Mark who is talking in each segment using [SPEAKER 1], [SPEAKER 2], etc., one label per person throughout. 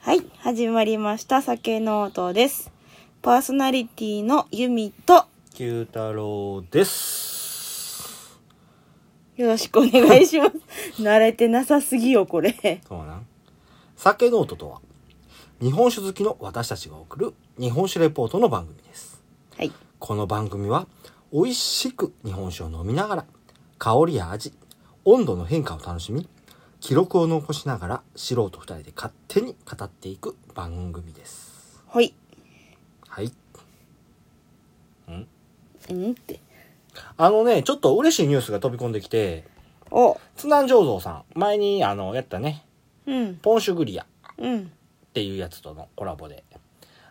[SPEAKER 1] はい、始まりました。酒の音です。パーソナリティのユミと、
[SPEAKER 2] 九太郎です
[SPEAKER 1] よろしくお願いし ます。慣れてなさすぎよ、これ。
[SPEAKER 2] そうなん酒ノートとは日本酒好きの私たちが送る日本酒レポートの番組です
[SPEAKER 1] はい。
[SPEAKER 2] この番組は美味しく日本酒を飲みながら香りや味温度の変化を楽しみ記録を残しながら素人2人で勝手に語っていく番組です
[SPEAKER 1] ほい。
[SPEAKER 2] はい
[SPEAKER 1] うんって。
[SPEAKER 2] あのねちょっと嬉しいニュースが飛び込んできて
[SPEAKER 1] お。
[SPEAKER 2] 津南醸造さん前にあのやったね
[SPEAKER 1] うん。
[SPEAKER 2] ポンシュグリア
[SPEAKER 1] うん。
[SPEAKER 2] っていうやつとのコラボで、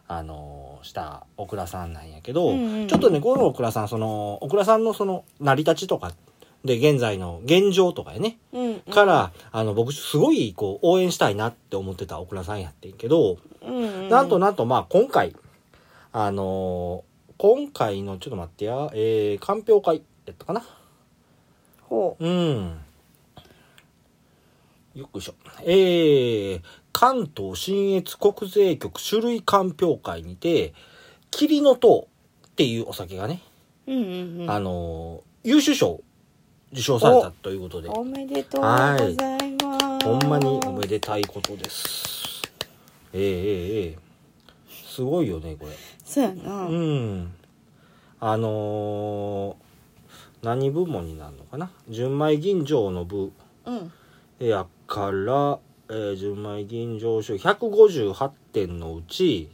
[SPEAKER 2] あのーしたオクラさんなんやけど、
[SPEAKER 1] うんうん
[SPEAKER 2] ちょっとねこのオクラさんそのオクラさんのその成り立ちとかで現在の現状とかやね、
[SPEAKER 1] うん。
[SPEAKER 2] からあの僕すごいこう応援したいなって思ってたオクラさんやってんけど、
[SPEAKER 1] うん。
[SPEAKER 2] なんと
[SPEAKER 1] な。
[SPEAKER 2] なんとまあ今回あのー今回のちょっと待ってや、えー、鑑評会やったかな
[SPEAKER 1] ほ
[SPEAKER 2] うん。よくしょ。えー、関東信越国税局種類鑑評会にて、霧の塔っていうお酒がね、
[SPEAKER 1] う。うんうんうん。
[SPEAKER 2] あのー優秀賞を受賞されたということで、
[SPEAKER 1] おめでとうございます。
[SPEAKER 2] ほんまにおめでたいことです。えー、えー、えー、すごいよね、これ。
[SPEAKER 1] そうやな。う
[SPEAKER 2] うんん。あのー何部門になるのかな純米吟醸の部。。やから、えー、純米吟醸賞158点のうち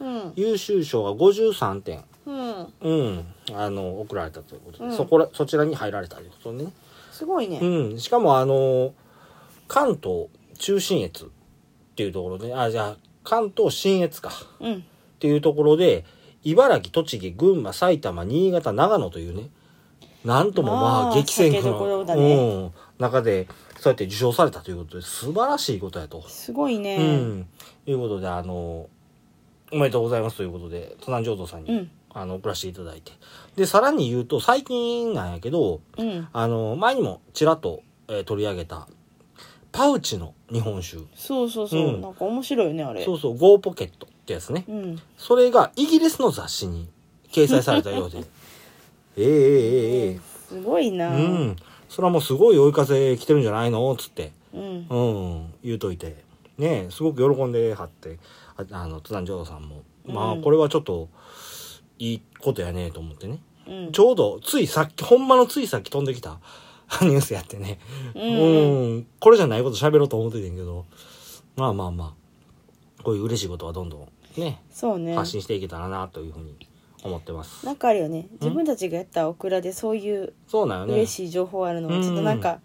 [SPEAKER 1] うん。
[SPEAKER 2] 優秀賞が53点
[SPEAKER 1] うん。
[SPEAKER 2] うんあの送られたということで、
[SPEAKER 1] うん
[SPEAKER 2] そこらそちらに入られたということでね、
[SPEAKER 1] すごいね。
[SPEAKER 2] うん、しかもあの関東中信越っていうところであじゃあ関東信越かっ
[SPEAKER 1] うん。
[SPEAKER 2] ていうところで茨城栃木群馬埼玉新潟長野というねなんとも
[SPEAKER 1] ま
[SPEAKER 2] ま
[SPEAKER 1] あ
[SPEAKER 2] あ激戦
[SPEAKER 1] 酒
[SPEAKER 2] 区
[SPEAKER 1] どころ
[SPEAKER 2] の、
[SPEAKER 1] だね
[SPEAKER 2] うん、中でそうやって受賞されたということで素晴らしいことやと
[SPEAKER 1] すごいうね。
[SPEAKER 2] ん。ということで、あの、おめでとうございますということで、都南浄土さんに、
[SPEAKER 1] うん
[SPEAKER 2] あの、送らせていただいて。で、さらに言うと、最近なんやけど、
[SPEAKER 1] うん。
[SPEAKER 2] あの、前にもちらっと、えー取り上げた、パウチの日本酒。
[SPEAKER 1] そうそうそうう。
[SPEAKER 2] ん
[SPEAKER 1] なんか面白いね、あれ。
[SPEAKER 2] そうそう、ゴーポケットってやつね。
[SPEAKER 1] うん。
[SPEAKER 2] それがイギリスの雑誌に掲載されたよう で。えええええ
[SPEAKER 1] すごい
[SPEAKER 2] え
[SPEAKER 1] な。
[SPEAKER 2] うん。それはもうすごい追い風来てるんじゃないのつって。
[SPEAKER 1] うん。
[SPEAKER 2] うん、言うといて。ねえすごく喜んではって、ああの、津南浄土さんも。まあ、
[SPEAKER 1] うん
[SPEAKER 2] これはちょっと、いいことやねと思ってね。
[SPEAKER 1] うん
[SPEAKER 2] ちょうど、ついさっき、ほんまのついさっき飛んできた ニュースやってね。
[SPEAKER 1] う。
[SPEAKER 2] うんん、これじゃないこと喋ろうと思っててんけど、まあまあまあ、こういう嬉しいことはどんどんね、
[SPEAKER 1] そうね。
[SPEAKER 2] 発信していけたらなというふうに思ってます。
[SPEAKER 1] なんかあるよね。自分たちがやったオクラでそういう
[SPEAKER 2] そうなのね
[SPEAKER 1] 嬉。しい情報あるのが
[SPEAKER 2] うん
[SPEAKER 1] ちょっとなんか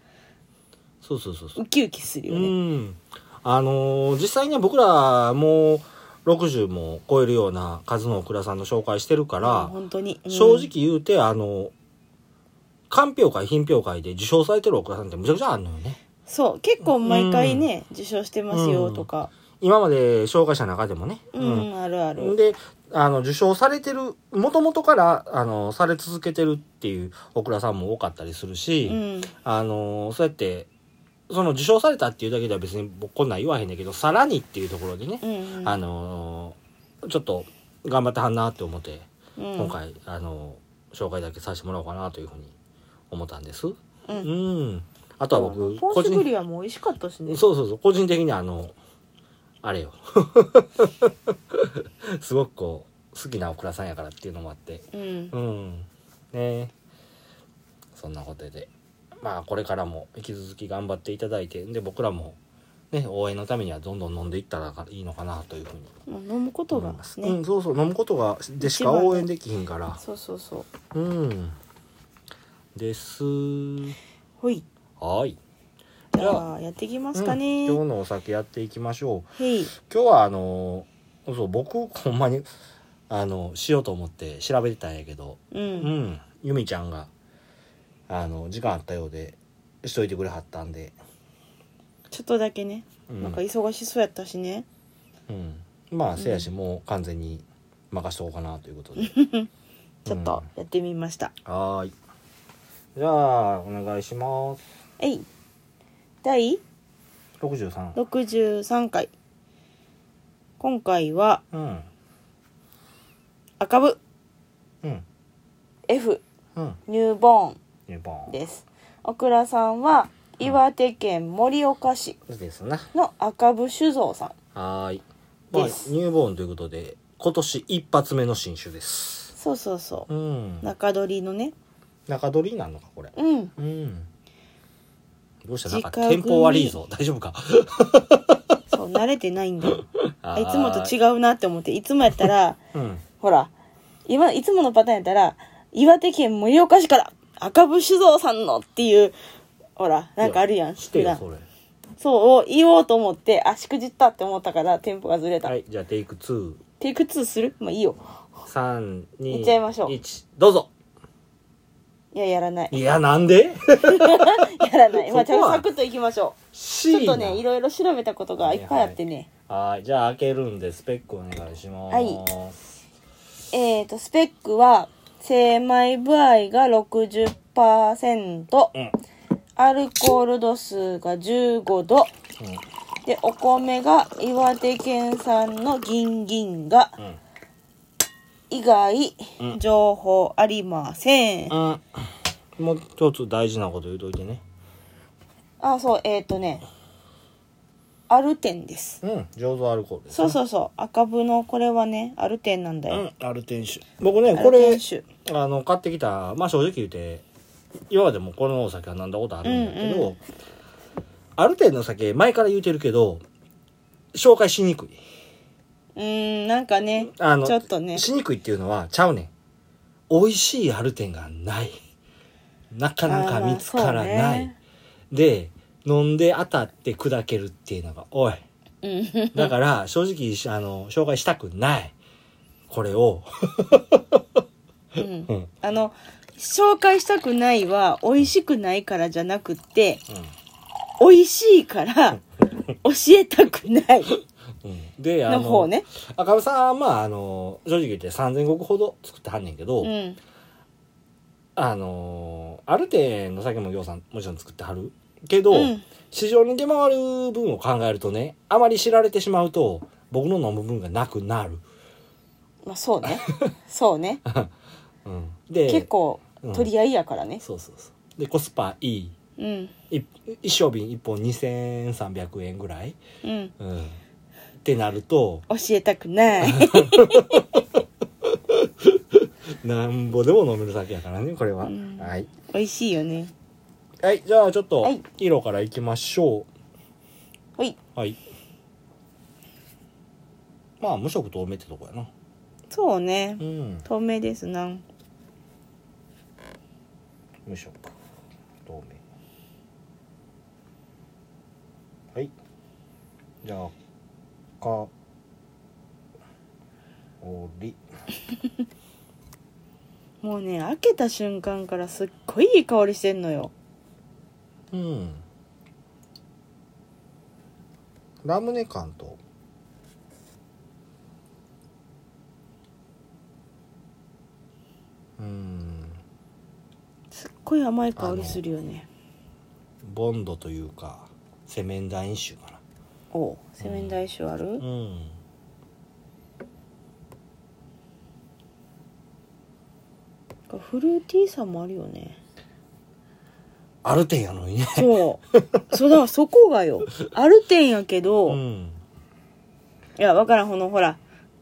[SPEAKER 2] そうそうそうそう。
[SPEAKER 1] ウキウキするよ
[SPEAKER 2] う
[SPEAKER 1] ね。
[SPEAKER 2] ん。あのー実際ね、僕らもう60も超えるような数のオクラさんの紹介してるから、
[SPEAKER 1] 本当に。うん
[SPEAKER 2] 正直。言うて、あの、鑑評会、品評会で受賞されてるオクラさんってむちゃくちゃあるのよね。
[SPEAKER 1] そう。結構毎回ね、受賞してますよとか。
[SPEAKER 2] 今まで紹介した中でもね。
[SPEAKER 1] うん、あるある。
[SPEAKER 2] で、あの、受賞されてる、もともとから、あの、され続けてるっていうオクラさんも多かったりするし、
[SPEAKER 1] うん。
[SPEAKER 2] あの、そうやって、その受賞されたっていうだけでは別に僕こんなん言わへんねんけど、さらにっていうところでね、
[SPEAKER 1] うんうん。
[SPEAKER 2] あのーちょっと頑張ってはんなって思って、
[SPEAKER 1] うん
[SPEAKER 2] 今回、あのー紹介だけさせてもらおうかなというふうに思ったんです。
[SPEAKER 1] うん
[SPEAKER 2] んあとは僕、
[SPEAKER 1] ポ
[SPEAKER 2] 個
[SPEAKER 1] ン酢
[SPEAKER 2] 人、
[SPEAKER 1] グリはもう美味しかったしね。
[SPEAKER 2] そうそうそう、個人的にあの、あれよ。 すごくこう、好きなオクラさんやからっていうのもあって。
[SPEAKER 1] うん
[SPEAKER 2] う。ん。ねそんなことで。まあ、これからも引き続き頑張っていただいて、で、僕らも、ね、応援のためにはどんどん飲んでいったらいいのかなというふうに
[SPEAKER 1] もう飲むことが
[SPEAKER 2] う
[SPEAKER 1] ね
[SPEAKER 2] ん。そうそう飲むことがでしか
[SPEAKER 1] 一番ね
[SPEAKER 2] 応援できひんから
[SPEAKER 1] そうそうそう。
[SPEAKER 2] うんです
[SPEAKER 1] ほい。
[SPEAKER 2] はい
[SPEAKER 1] じゃあ、やっていきますかね
[SPEAKER 2] うん。今日のお酒やっていきましょう
[SPEAKER 1] へい。
[SPEAKER 2] 今日はあのーそう僕ほんまにあのしようと思って調べてたんやけど
[SPEAKER 1] う。
[SPEAKER 2] うんん由美ちゃんがあの時間あったようでしといてくれはったんで、
[SPEAKER 1] ちょっとだけね。
[SPEAKER 2] うん、
[SPEAKER 1] なんか忙しそうやったしね。
[SPEAKER 2] うんまあせやし、もう完全に任しとこうかなというこ とで
[SPEAKER 1] ちょっとやってみました。
[SPEAKER 2] はーいじゃあお願いします
[SPEAKER 1] えい。第
[SPEAKER 2] 63
[SPEAKER 1] 63回今回は
[SPEAKER 2] うん
[SPEAKER 1] 赤部
[SPEAKER 2] うん
[SPEAKER 1] F
[SPEAKER 2] うん
[SPEAKER 1] ニューボー
[SPEAKER 2] えボー
[SPEAKER 1] ン
[SPEAKER 2] ン
[SPEAKER 1] です小倉さんは岩手県盛岡市
[SPEAKER 2] ですな
[SPEAKER 1] の赤部酒造さん
[SPEAKER 2] はーい、まあ、
[SPEAKER 1] です
[SPEAKER 2] ニューボーンということで今年一発目の新種です
[SPEAKER 1] そうそうそううん中取りのね
[SPEAKER 2] 中取りなんのかこれ
[SPEAKER 1] うん
[SPEAKER 2] うんどうしたなんか
[SPEAKER 1] 直組
[SPEAKER 2] テンポ悪いぞ大丈夫か
[SPEAKER 1] そう慣れてないんだよ
[SPEAKER 2] あ
[SPEAKER 1] あいつもと違
[SPEAKER 2] う、
[SPEAKER 1] うなって思っていつもやったら
[SPEAKER 2] うん、
[SPEAKER 1] ほら今いつものパターンやったら岩手県盛岡市から赤部酒造さんのっていうほらなんかあるやん
[SPEAKER 2] してよ
[SPEAKER 1] 普段
[SPEAKER 2] それ
[SPEAKER 1] そう言おうと思ってあしくじったって思ったからテンポがずれた、
[SPEAKER 2] はいじゃあテイク2
[SPEAKER 1] テイク2するまあいいよ
[SPEAKER 2] 3、2、
[SPEAKER 1] いっちゃいましょう
[SPEAKER 2] 1、どうぞ。
[SPEAKER 1] いややらない
[SPEAKER 2] いや、なんで
[SPEAKER 1] やらないまあ
[SPEAKER 2] そ
[SPEAKER 1] ち
[SPEAKER 2] こ
[SPEAKER 1] ゃ
[SPEAKER 2] は
[SPEAKER 1] んサクッといきましょう
[SPEAKER 2] ?C
[SPEAKER 1] ちょっとねい
[SPEAKER 2] ろ。
[SPEAKER 1] ろいろ調べたことがいっぱいあってね、
[SPEAKER 2] はい、じゃあ開けるんで、スペックお願いします。
[SPEAKER 1] はいえー、とスペックは精米部合が60%、
[SPEAKER 2] うん
[SPEAKER 1] アルコール度数が15度でお米が岩手県産の銀銀が
[SPEAKER 2] うん。
[SPEAKER 1] 以外
[SPEAKER 2] うん
[SPEAKER 1] 情報ありません、
[SPEAKER 2] うん。うん。もう一つ大事なこと言うといてね。
[SPEAKER 1] あそうえっ、ー、とねアルテンです
[SPEAKER 2] うん。醸造アルコールです
[SPEAKER 1] そうそうそう赤部のこれはねアルテンなんだ
[SPEAKER 2] う
[SPEAKER 1] よ、
[SPEAKER 2] ん。アルテン酒。僕ね、
[SPEAKER 1] ア
[SPEAKER 2] こ
[SPEAKER 1] ルテ
[SPEAKER 2] れ
[SPEAKER 1] ン、酒
[SPEAKER 2] あの、買ってきた、まあ正直言うて、今までもこのお酒は飲んだことあるんだけど、
[SPEAKER 1] うんう
[SPEAKER 2] ある程度の酒、前から言うてるけど、紹介しにくい。
[SPEAKER 1] うーんなんかね
[SPEAKER 2] あの
[SPEAKER 1] ちょっとね
[SPEAKER 2] しにくいっていうのはちゃうねん美味しいアルテンがないなかなか見つから
[SPEAKER 1] あーまあ
[SPEAKER 2] な
[SPEAKER 1] そう
[SPEAKER 2] い、
[SPEAKER 1] ね
[SPEAKER 2] で飲んで当たって砕けるっていうのがおい
[SPEAKER 1] うん
[SPEAKER 2] だから正直あの紹介したくないこれを
[SPEAKER 1] うん
[SPEAKER 2] うん
[SPEAKER 1] あの紹介したくないは美味しくないからじゃなくって美味しい から教えたくない
[SPEAKER 2] うん、うん、であ
[SPEAKER 1] の方ね。
[SPEAKER 2] 赤部さんはまああの正直言って3,000石ほど作ってはんねんけど、
[SPEAKER 1] うん。
[SPEAKER 2] あのアルテンの酒もぎょうさんもちろん作ってはるけど、
[SPEAKER 1] うん
[SPEAKER 2] 市場に出回る分を考えるとねあまり知られてしまうと僕の飲む分がなくなる、
[SPEAKER 1] まあそうね。そう ね。
[SPEAKER 2] うん、で
[SPEAKER 1] 結構
[SPEAKER 2] うん
[SPEAKER 1] 取り合いやからね。
[SPEAKER 2] そうそうそうでコスパいい
[SPEAKER 1] うん。
[SPEAKER 2] い一升瓶1本2300円ぐらい、
[SPEAKER 1] うん。
[SPEAKER 2] うん、ってなると
[SPEAKER 1] 教えたくない。
[SPEAKER 2] なんぼでも飲める酒やからねこれは、
[SPEAKER 1] うん
[SPEAKER 2] はい、
[SPEAKER 1] 美味しいよね。
[SPEAKER 2] はい、じゃあちょっと
[SPEAKER 1] はい
[SPEAKER 2] 色からいきましょ
[SPEAKER 1] ほい。
[SPEAKER 2] うはいまあ無色透明ってとこやな
[SPEAKER 1] そうね
[SPEAKER 2] う。ん
[SPEAKER 1] 透明ですな。
[SPEAKER 2] 無色透明はいじゃあかおり
[SPEAKER 1] もうね、開けた瞬間からすっごいいい香りしてんのよ。
[SPEAKER 2] うんラムネ感とうん
[SPEAKER 1] すっごい甘い香りするよね。
[SPEAKER 2] ボンドというかセメンダイン酒かな
[SPEAKER 1] おう。セメン大酒ある
[SPEAKER 2] うん
[SPEAKER 1] フルーティーさもあるよね。
[SPEAKER 2] アルテンやのにね
[SPEAKER 1] そう。そうだからそこがよ。ある点やけど、い
[SPEAKER 2] ん
[SPEAKER 1] や、わからん、このほら、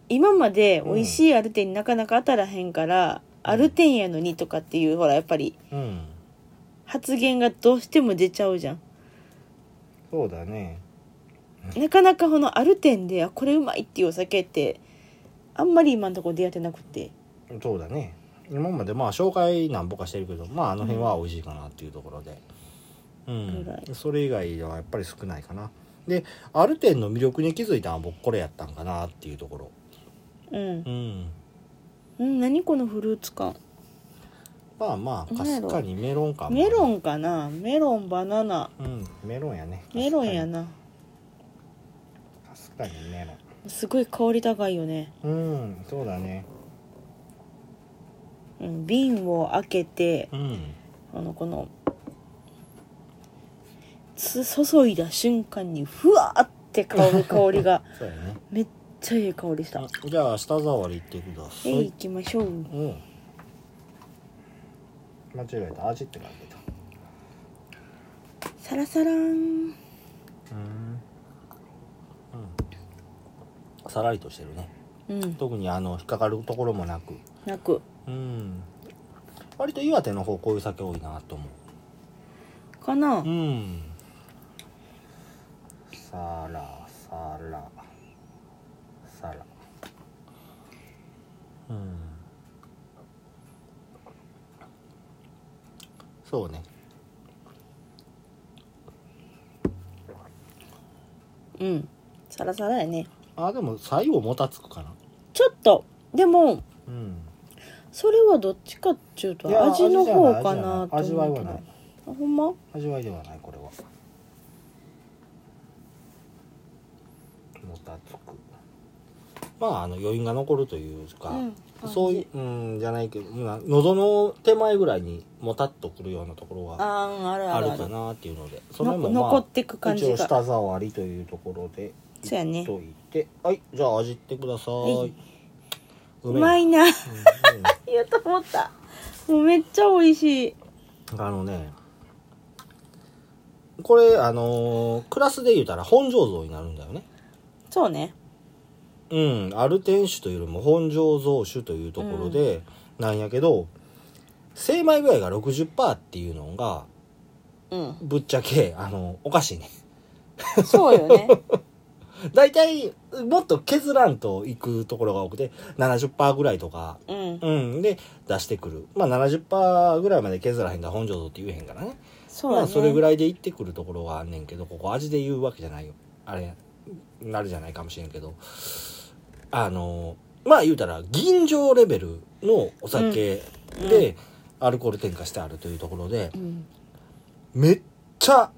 [SPEAKER 1] 今まで美味しいある点になかなか当たらへんから、ある点やのにとかっていう、ほら、やっぱり
[SPEAKER 2] うん
[SPEAKER 1] 発言がどうしても出ちゃうじゃん。
[SPEAKER 2] そうだね
[SPEAKER 1] なかなかこのある点で、あ、これうまいっていうお酒って、あんまり今んとこ出会ってなくて。
[SPEAKER 2] そうだね今までまあ紹介なんぼかしてるけどまああの辺は美味しいかなっていうところで、うん
[SPEAKER 1] ぐら
[SPEAKER 2] それ以外はやっぱり少ないかなである点の魅力に気づいたのは僕これやったんかなっていうところ
[SPEAKER 1] うん
[SPEAKER 2] う。ん
[SPEAKER 1] うん、何このフルーツ感。
[SPEAKER 2] まあまあ
[SPEAKER 1] な
[SPEAKER 2] か
[SPEAKER 1] んや
[SPEAKER 2] す
[SPEAKER 1] ろ
[SPEAKER 2] かにメロン感も
[SPEAKER 1] メロンかなメロン、バナナ。
[SPEAKER 2] うんメロンやね
[SPEAKER 1] メロンやな。
[SPEAKER 2] かすかにメロン
[SPEAKER 1] すごい香り高いよね。
[SPEAKER 2] うんそうだね
[SPEAKER 1] うん、瓶を開けて、
[SPEAKER 2] うん
[SPEAKER 1] あのこのつ注いだ瞬間にふわーって香る香りが
[SPEAKER 2] そうやね
[SPEAKER 1] めっちゃいい香りした。
[SPEAKER 2] じゃあ舌触りいってくださ
[SPEAKER 1] え
[SPEAKER 2] い、
[SPEAKER 1] い、行きましょう。
[SPEAKER 2] うん間違えた味って書いてた
[SPEAKER 1] サラサラーン。
[SPEAKER 2] うん、さらりとしてるね
[SPEAKER 1] うん。
[SPEAKER 2] 特にあの引っかかるところもなく
[SPEAKER 1] なく。
[SPEAKER 2] うん割と岩手の方こういう酒多いなと思
[SPEAKER 1] かな
[SPEAKER 2] ううんさらさらさらうんそうね
[SPEAKER 1] うん。サラサラやね。
[SPEAKER 2] あでも最後もたつくかな
[SPEAKER 1] ちょっと。でも、
[SPEAKER 2] うん
[SPEAKER 1] それはどっちかっていうと
[SPEAKER 2] いや
[SPEAKER 1] 味の方かなと思うけど
[SPEAKER 2] 味じゃない味わいはない
[SPEAKER 1] あほんま
[SPEAKER 2] 味わいではないこれはもたつくまああの余韻が残るというか、
[SPEAKER 1] うん
[SPEAKER 2] そういううんじゃないけどまあ喉の手前ぐらいにもたっとくるようなところは
[SPEAKER 1] あーあるあ
[SPEAKER 2] あ
[SPEAKER 1] る
[SPEAKER 2] る
[SPEAKER 1] ある
[SPEAKER 2] かなっていうのでそれも、
[SPEAKER 1] の
[SPEAKER 2] まあ、
[SPEAKER 1] 残ってく感じが
[SPEAKER 2] 一応舌触りというところで
[SPEAKER 1] そうやね
[SPEAKER 2] といてはいじゃあ味ってください、
[SPEAKER 1] はい
[SPEAKER 2] め
[SPEAKER 1] うまいな
[SPEAKER 2] うん
[SPEAKER 1] 言うと思ったもうめっちゃ美味しい
[SPEAKER 2] あのね、これ、あのークラスで言うたら本醸造になるんだよね。
[SPEAKER 1] そうね
[SPEAKER 2] うん、アルテン酒というよりも本醸造酒というところで、なんやけど、精米具合が60%っていうのが、
[SPEAKER 1] うん
[SPEAKER 2] ぶっちゃけ、あの、おかしいね。
[SPEAKER 1] そうよね
[SPEAKER 2] だいたい、もっと削らんといくところが多くて、70%ぐらいとか、
[SPEAKER 1] うん
[SPEAKER 2] うん、で、出してくる。まあ70%ぐらいまで削らへんから本醸造って言えへんからね。
[SPEAKER 1] そう
[SPEAKER 2] ま
[SPEAKER 1] や
[SPEAKER 2] あ
[SPEAKER 1] ね
[SPEAKER 2] それぐらいで行ってくるところはあんねんけどここ味で言うわけじゃないよあれなるじゃないかもしれんけどあのまあ言うたら吟醸レベルのお酒でアルコール添加してあるというところで
[SPEAKER 1] うん
[SPEAKER 2] めっちゃ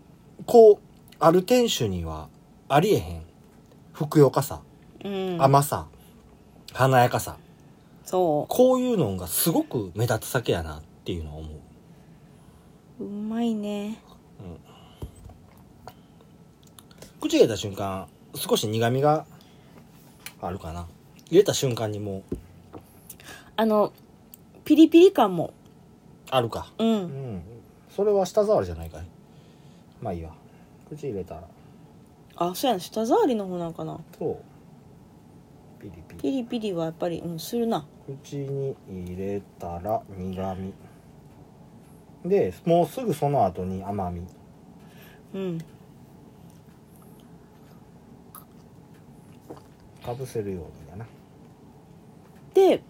[SPEAKER 2] こうアルテン酒にはありえへんふくよかさ
[SPEAKER 1] うん
[SPEAKER 2] 甘さ華やかさ
[SPEAKER 1] そ
[SPEAKER 2] こういうのがすごく目立つ酒やなっていうのは思う
[SPEAKER 1] ううまいね
[SPEAKER 2] 口入れた瞬間少し苦みがあるかな入れた瞬間にもう
[SPEAKER 1] あのピリピリ感も
[SPEAKER 2] あるか
[SPEAKER 1] う
[SPEAKER 2] うんんそれは舌触りじゃないかいまあいいわ口入れたら
[SPEAKER 1] あそうやね舌触りの方なんかな
[SPEAKER 2] とピリピ
[SPEAKER 1] ピ
[SPEAKER 2] リ
[SPEAKER 1] リピリはやっぱりうんするな
[SPEAKER 2] 口に入れたら苦みでもうすぐその後に甘み
[SPEAKER 1] うん
[SPEAKER 2] かぶせるようにだな
[SPEAKER 1] で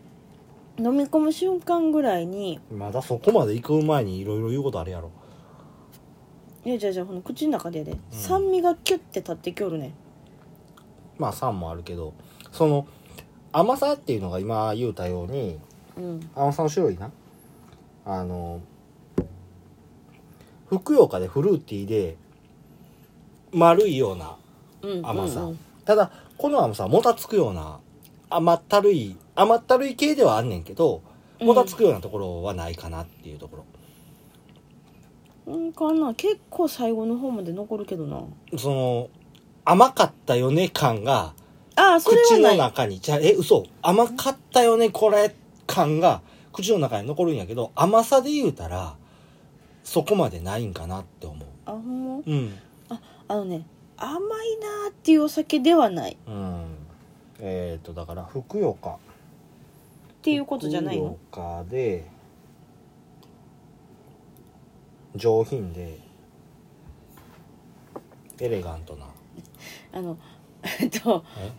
[SPEAKER 1] 飲み込む瞬間ぐらいに
[SPEAKER 2] まだそこまで行く前にいろいろ言うことあるやろ
[SPEAKER 1] いやじゃあじゃあこの口の中でやで、酸味がキュッて立ってきおるね
[SPEAKER 2] まあ酸もあるけどその甘さっていうのが今言うたように
[SPEAKER 1] うん
[SPEAKER 2] 甘さの種類なあのふくよかでフルーティーで丸いような
[SPEAKER 1] うん
[SPEAKER 2] 甘さ、
[SPEAKER 1] うん
[SPEAKER 2] ただこの甘さはもたつくような甘ったるい甘ったるい系ではあんねんけど
[SPEAKER 1] うん
[SPEAKER 2] もたつくようなところはないかなっていうところ、
[SPEAKER 1] うん、うんかな結構最後の方まで残るけどな
[SPEAKER 2] その甘かったよね感が
[SPEAKER 1] ああそれ
[SPEAKER 2] 口
[SPEAKER 1] は
[SPEAKER 2] の
[SPEAKER 1] ない
[SPEAKER 2] 中にじゃあえ嘘甘かったよねこれ感が口の中に残るんやけど甘さで言うたらそこまでないんかなって思
[SPEAKER 1] あほんま
[SPEAKER 2] ううん
[SPEAKER 1] あのね甘いなーっていうお酒ではないっ
[SPEAKER 2] うんえっ、とだからふくよかって
[SPEAKER 1] いうことじゃないの
[SPEAKER 2] ふくよかで上品でエレガントな
[SPEAKER 1] あの えっと
[SPEAKER 2] え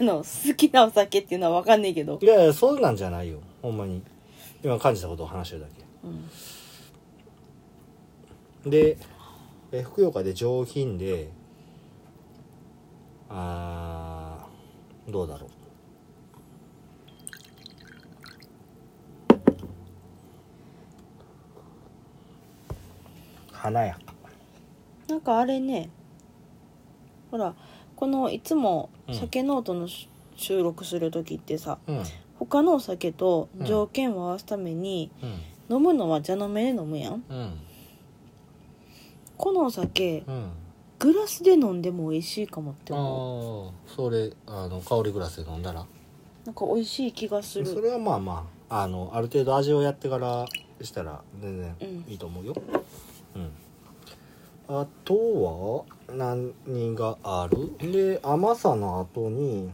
[SPEAKER 1] あの好きなお酒っていうのは分かんないけど
[SPEAKER 2] いやいやそうなんじゃないよほんまに今感じたことを話してるだ
[SPEAKER 1] うん
[SPEAKER 2] けでえふくよかで上品であーどうだろう華やか
[SPEAKER 1] なんかあれねほらこのいつも
[SPEAKER 2] うん
[SPEAKER 1] 酒ノートのし収録する時ってさ、
[SPEAKER 2] うん
[SPEAKER 1] 他のお酒と条件を合わすために、
[SPEAKER 2] う
[SPEAKER 1] 飲むのは蛇の目で飲むやん
[SPEAKER 2] んうん
[SPEAKER 1] このお酒
[SPEAKER 2] うん
[SPEAKER 1] グラスで飲んでも美味しいかもって
[SPEAKER 2] ああ
[SPEAKER 1] 思
[SPEAKER 2] それあの香りグラスで飲んだら
[SPEAKER 1] うなんか美味しい気がす
[SPEAKER 2] そ
[SPEAKER 1] る
[SPEAKER 2] れはまあまああのある程度味をやってからしたら全然
[SPEAKER 1] うん
[SPEAKER 2] いいと思うよ、うんあとは何があるで甘さの後に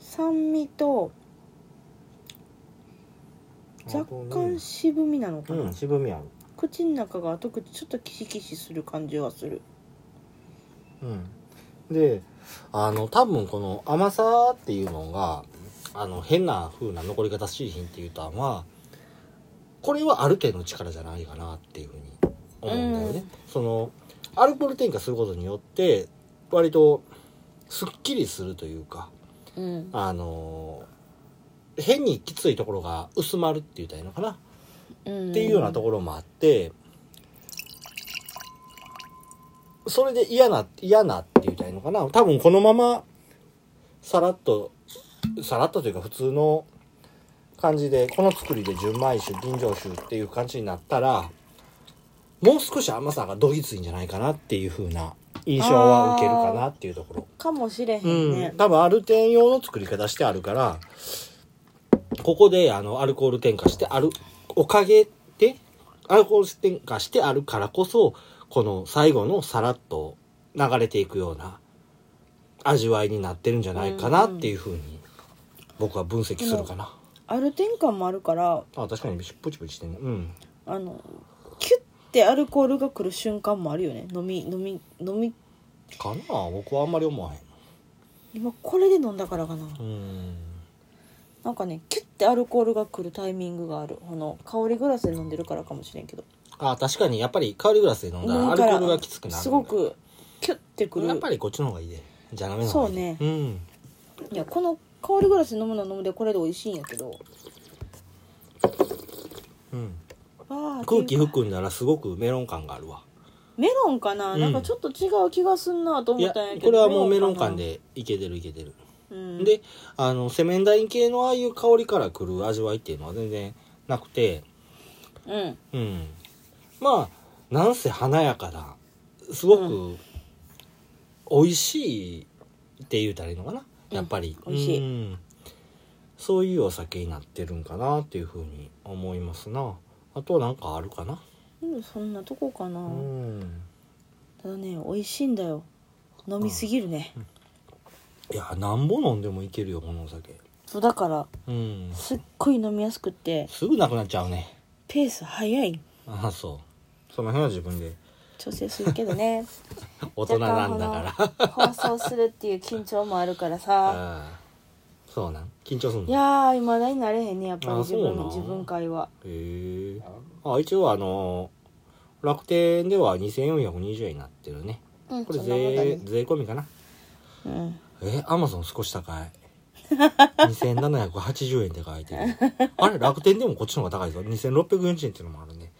[SPEAKER 1] 酸味と若
[SPEAKER 2] 後
[SPEAKER 1] 干
[SPEAKER 2] に
[SPEAKER 1] 渋みなのかな、
[SPEAKER 2] うん渋みある
[SPEAKER 1] 口の中が後口ちょっとキシキシする感じはする
[SPEAKER 2] うん、であの多分この甘さっていうのがあの変な風な残り方しいひんっていうたんはこれはある程度の力じゃないかなっていうふうに思うんだよね。そのアルコール添加することによって割とすっきりするというか
[SPEAKER 1] うん
[SPEAKER 2] あの変にきついところが薄まるって言ったらいいのかな。
[SPEAKER 1] うん
[SPEAKER 2] っていうようなところもあって、それで嫌な、嫌なって言いたいのかな。多分このまま、さらっと、さらっとというか普通の感じで、この作りで純米酒、吟醸酒っていう感じになったら、もう少し甘さがどぎついんじゃないかなっていう風な印象は受けるかなっていうところ。
[SPEAKER 1] かもしれへん
[SPEAKER 2] う
[SPEAKER 1] ね
[SPEAKER 2] ん、多分アルテン用の作り方してあるからここであのアルコール添加してあるおかげでアルコール添加してあるからこそこの最後のさらっと流れていくような味わいになってるんじゃないかなっていうふうに僕は分析するかな、
[SPEAKER 1] アルテン感もあるから
[SPEAKER 2] あ確かにプチプチしてんねうん
[SPEAKER 1] あのキュッてアルコールが来る瞬間もあるよね飲み飲み飲み
[SPEAKER 2] かな僕はあんまり思わへん
[SPEAKER 1] 今これで飲んだからかな
[SPEAKER 2] うん
[SPEAKER 1] なんかねキュッてアルコールが来るタイミングがあるこの香りグラスで飲んでるからかもしれんけど
[SPEAKER 2] あ確かにやっぱり香りグラスで飲んだらアルコールがきつくなるんだ
[SPEAKER 1] すごくキュッてくる
[SPEAKER 2] やっぱりこっちの方がいいでじゃがめの方がいいで
[SPEAKER 1] そう
[SPEAKER 2] うん
[SPEAKER 1] いやこの香りグラスで飲むのは飲むでこれで美味しいんやけど
[SPEAKER 2] うん
[SPEAKER 1] わあ
[SPEAKER 2] 空気含んだらすごくメロン感があるわ
[SPEAKER 1] メロンかな、
[SPEAKER 2] うん
[SPEAKER 1] なんかちょっと違う気がすんなと
[SPEAKER 2] い
[SPEAKER 1] 思っ
[SPEAKER 2] や
[SPEAKER 1] たんやけど
[SPEAKER 2] これはもうメロン
[SPEAKER 1] かな
[SPEAKER 2] 感、でいけてるいけてる、
[SPEAKER 1] うん、
[SPEAKER 2] であのセメンダイン系のああいう香りからくる味わいっていうのは全然なくて
[SPEAKER 1] うん
[SPEAKER 2] うんまあなんせ華やかなすごく美味しいって言うたらいいのかなやっぱり、
[SPEAKER 1] うん美味しい
[SPEAKER 2] うんそういうお酒になってるんかなっていうふうに思いますなあとなんかあるかな
[SPEAKER 1] うんそんなとこかな、
[SPEAKER 2] うん
[SPEAKER 1] ただね美味しいんだよ飲みすぎるね、
[SPEAKER 2] いやなんぼ飲んでもいけるよこのお酒
[SPEAKER 1] そうだから
[SPEAKER 2] うん
[SPEAKER 1] すっごい飲みやすくて
[SPEAKER 2] すぐなくなっちゃうね
[SPEAKER 1] ペース早い
[SPEAKER 2] ああそうその辺は自分で
[SPEAKER 1] 調整するけど ね
[SPEAKER 2] 大人なんだから
[SPEAKER 1] 若干この放送するっていう緊張もあるからさ
[SPEAKER 2] ああそうなん緊張すん
[SPEAKER 1] い
[SPEAKER 2] のへ
[SPEAKER 1] やー未だになれへんねやっぱり
[SPEAKER 2] あ
[SPEAKER 1] 自
[SPEAKER 2] そうな
[SPEAKER 1] 分
[SPEAKER 2] ん
[SPEAKER 1] 自分会は
[SPEAKER 2] えあ一応あのー楽天では2420円になってるね
[SPEAKER 1] うん
[SPEAKER 2] これ
[SPEAKER 1] そんなもんだ
[SPEAKER 2] 税
[SPEAKER 1] ね
[SPEAKER 2] 税込みかな
[SPEAKER 1] うん
[SPEAKER 2] えアマゾン少し高 い2780円って書いてるあれ楽天でもこっちの方が高いぞ2640円っていうのもあるね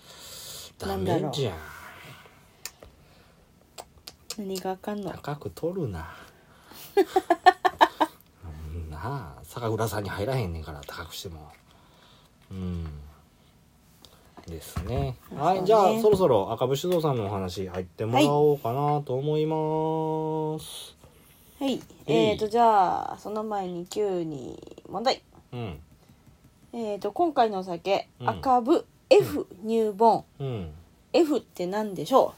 [SPEAKER 2] ダメじゃん
[SPEAKER 1] 何があかんの
[SPEAKER 2] 高く取るな うんなあ酒蔵さんに入らへんねんから高くしてもうんですねは
[SPEAKER 1] そ
[SPEAKER 2] い
[SPEAKER 1] うね
[SPEAKER 2] じゃあそろそろ赤部酒造さんのお話入ってもらおうかなと思います、
[SPEAKER 1] はいえーとじゃあその前に9に問題
[SPEAKER 2] うん
[SPEAKER 1] えーと今回のお酒
[SPEAKER 2] うん
[SPEAKER 1] 赤部 F 入盆
[SPEAKER 2] うん、
[SPEAKER 1] F って何でしょ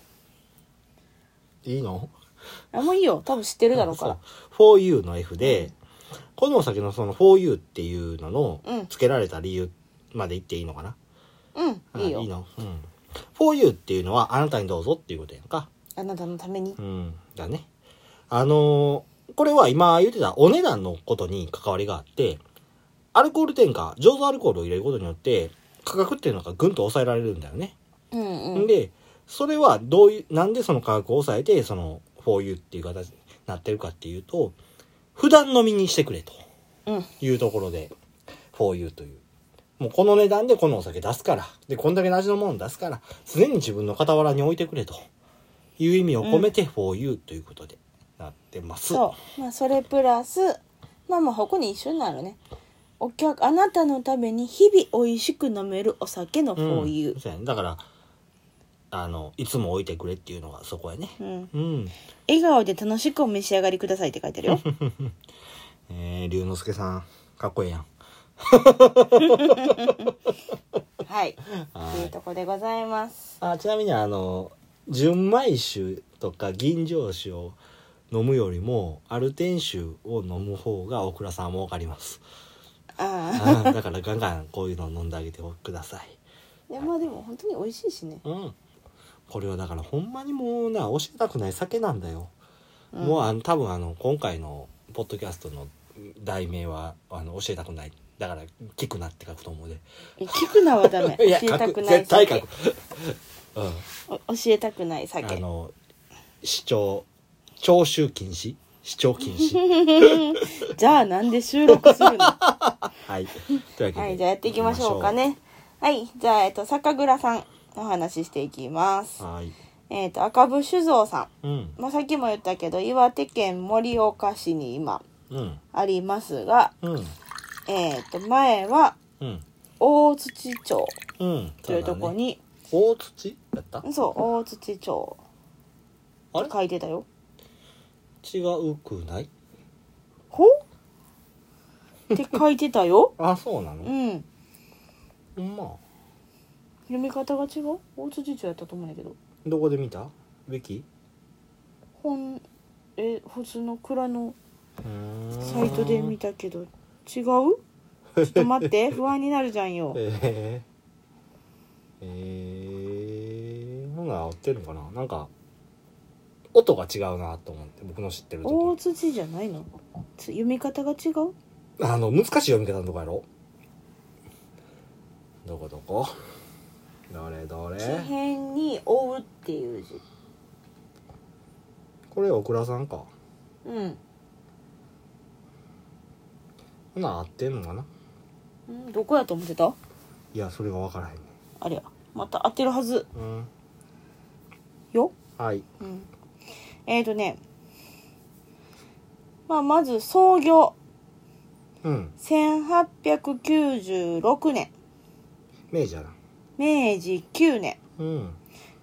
[SPEAKER 2] いいの
[SPEAKER 1] うあもういいよ多分知ってるだろうから
[SPEAKER 2] そう 4U の F で、このお酒のその 4U っていうの
[SPEAKER 1] う
[SPEAKER 2] の
[SPEAKER 1] ん
[SPEAKER 2] 付けられた理由まで言っていいのかな、
[SPEAKER 1] うんいい
[SPEAKER 2] あ
[SPEAKER 1] よ
[SPEAKER 2] いいの、うん、4U っていうのはあなたにどうぞっていうことやんか
[SPEAKER 1] あなたのために
[SPEAKER 2] うん、だね。あのーこれは今言ってたお値段のことに関わりがあって、アルコール添加、醸造アルコールを入れることによって、価格っていうのがぐんと抑えられるんだよね。
[SPEAKER 1] うんうん
[SPEAKER 2] ん、で、それはどういう、なんでその価格を抑えて、その、for you っていう形になってるかっていうと、普段飲みにしてくれと
[SPEAKER 1] うん
[SPEAKER 2] いうところで、for you という。もうこの値段でこのお酒出すから、で、こんだけの味のもの出すから、常に自分の傍らに置いてくれという意味を込めて、for you ということでなってます。
[SPEAKER 1] そうまあそれプラスまあまあここに一緒になるねお客あなたのために日々美味しく飲めるお酒の
[SPEAKER 2] ん
[SPEAKER 1] for you、
[SPEAKER 2] そうやねだから、あのいつも置いてくれっていうのがそこやね
[SPEAKER 1] うん、
[SPEAKER 2] うん
[SPEAKER 1] 笑顔で楽しくお召し上がりくださいって書いてある よ
[SPEAKER 2] えー、龍之介さんかっこええやん
[SPEAKER 1] はい
[SPEAKER 2] はい
[SPEAKER 1] というとこでございます
[SPEAKER 2] あちなみにあの純米酒とか吟醸酒を飲むよりもアルテン酒を飲む方が大倉さんもわかります
[SPEAKER 1] あ
[SPEAKER 2] あーだからガンガンこういうのを飲んであげてください
[SPEAKER 1] あいやまあでも本当に美味しいしね
[SPEAKER 2] うんこれはだからほんまにもうな教えたくない酒なんだよ、
[SPEAKER 1] うん
[SPEAKER 2] もうあの多分あの今回のポッドキャストの題名はあの教えたくないだから「聞くな」って書くと思うで
[SPEAKER 1] 聞くなはダメ教
[SPEAKER 2] いや
[SPEAKER 1] え
[SPEAKER 2] 書
[SPEAKER 1] た
[SPEAKER 2] く
[SPEAKER 1] くない
[SPEAKER 2] 絶対書
[SPEAKER 1] 酒
[SPEAKER 2] くうん
[SPEAKER 1] お教えたくない
[SPEAKER 2] あ
[SPEAKER 1] 酒
[SPEAKER 2] の視聴聴衆禁止視聴 禁止
[SPEAKER 1] じゃあなんで収録 するのは
[SPEAKER 2] はいというわけで、
[SPEAKER 1] いじゃあやっていきましょうかねはいじゃあ、えっと、酒蔵さんの話していきます
[SPEAKER 2] はい
[SPEAKER 1] えっと赤部酒造さ
[SPEAKER 2] うん
[SPEAKER 1] ん、まあ、さっきも言ったけど岩手県盛岡市に今
[SPEAKER 2] うん
[SPEAKER 1] ありますが
[SPEAKER 2] うん
[SPEAKER 1] えっと前は
[SPEAKER 2] うん
[SPEAKER 1] 大槌町
[SPEAKER 2] うん
[SPEAKER 1] というとこに
[SPEAKER 2] そうだね大土やった
[SPEAKER 1] そう大槌町
[SPEAKER 2] あ
[SPEAKER 1] って
[SPEAKER 2] れ
[SPEAKER 1] 書いてたよ
[SPEAKER 2] 違うくない
[SPEAKER 1] ほって書いてたよ
[SPEAKER 2] あそうなの、
[SPEAKER 1] うん
[SPEAKER 2] ほんま
[SPEAKER 1] 読み方が違う大槌町やったと思うんだけど
[SPEAKER 2] どこで見たべき
[SPEAKER 1] 本え普通の蔵の
[SPEAKER 2] サ
[SPEAKER 1] サイトで見たけど違うちょっと待って不安になるじゃんよ
[SPEAKER 2] えー、えー、ほな合ってるのかななんか音が違うなと思って僕の知ってると
[SPEAKER 1] 大
[SPEAKER 2] こ
[SPEAKER 1] 土じゃないのつ読み方が違う
[SPEAKER 2] あの難しい読み方のとこやろどこどこどれどれ
[SPEAKER 1] 地辺に「追う」っていう字
[SPEAKER 2] これオクラさんか
[SPEAKER 1] うん、
[SPEAKER 2] ほな合ってんのかな
[SPEAKER 1] うん、どこやと思ってた
[SPEAKER 2] いやそれが分からへんね
[SPEAKER 1] あれやまた当てるはず
[SPEAKER 2] うん
[SPEAKER 1] よ
[SPEAKER 2] はい
[SPEAKER 1] うんえーとねまあまず創業
[SPEAKER 2] うん
[SPEAKER 1] 1896年
[SPEAKER 2] 明治やな
[SPEAKER 1] 明治9年
[SPEAKER 2] うん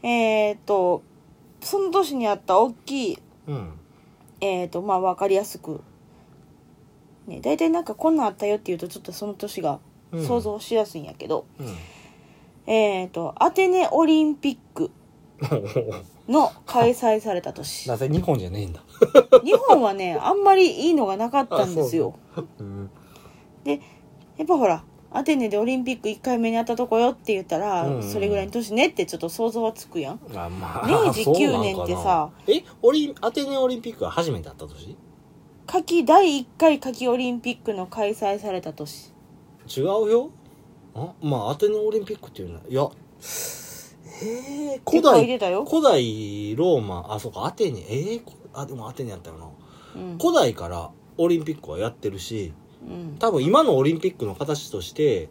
[SPEAKER 1] えーとその年にあった大きい
[SPEAKER 2] うん
[SPEAKER 1] えー、とまあ分かりやすく、ね、大体なんかこんなんあったよっていうとちょっとその年が
[SPEAKER 2] うん
[SPEAKER 1] 想像しやすいんやけど、
[SPEAKER 2] うん
[SPEAKER 1] えー、とアテネオリンピックの開催された年
[SPEAKER 2] なぜ日本じゃねえんだ
[SPEAKER 1] 日本はねあんまりいいのがなかったんですよ
[SPEAKER 2] うん
[SPEAKER 1] やっぱほらアテネでオリンピック1回目にあったとこよって言ったら、
[SPEAKER 2] うんうん
[SPEAKER 1] それぐらいの年ねってちょっと想像はつくやん
[SPEAKER 2] あま
[SPEAKER 1] 明治
[SPEAKER 2] そうなんかな
[SPEAKER 1] 9年ってさ
[SPEAKER 2] えオリンアテネオリンピックが初めてあった年
[SPEAKER 1] 夏季第1回夏季オリンピックの開催された年
[SPEAKER 2] 違うよあまあアテネオリンピックっていうのはいやえー、
[SPEAKER 1] 結構入
[SPEAKER 2] 古代
[SPEAKER 1] れたよ、
[SPEAKER 2] 古代ローマあそうかアテネえー、こあでもアテネやったよな
[SPEAKER 1] うん
[SPEAKER 2] 古代からオリンピックはやってるし
[SPEAKER 1] うん
[SPEAKER 2] 多分今のオリンピックの形として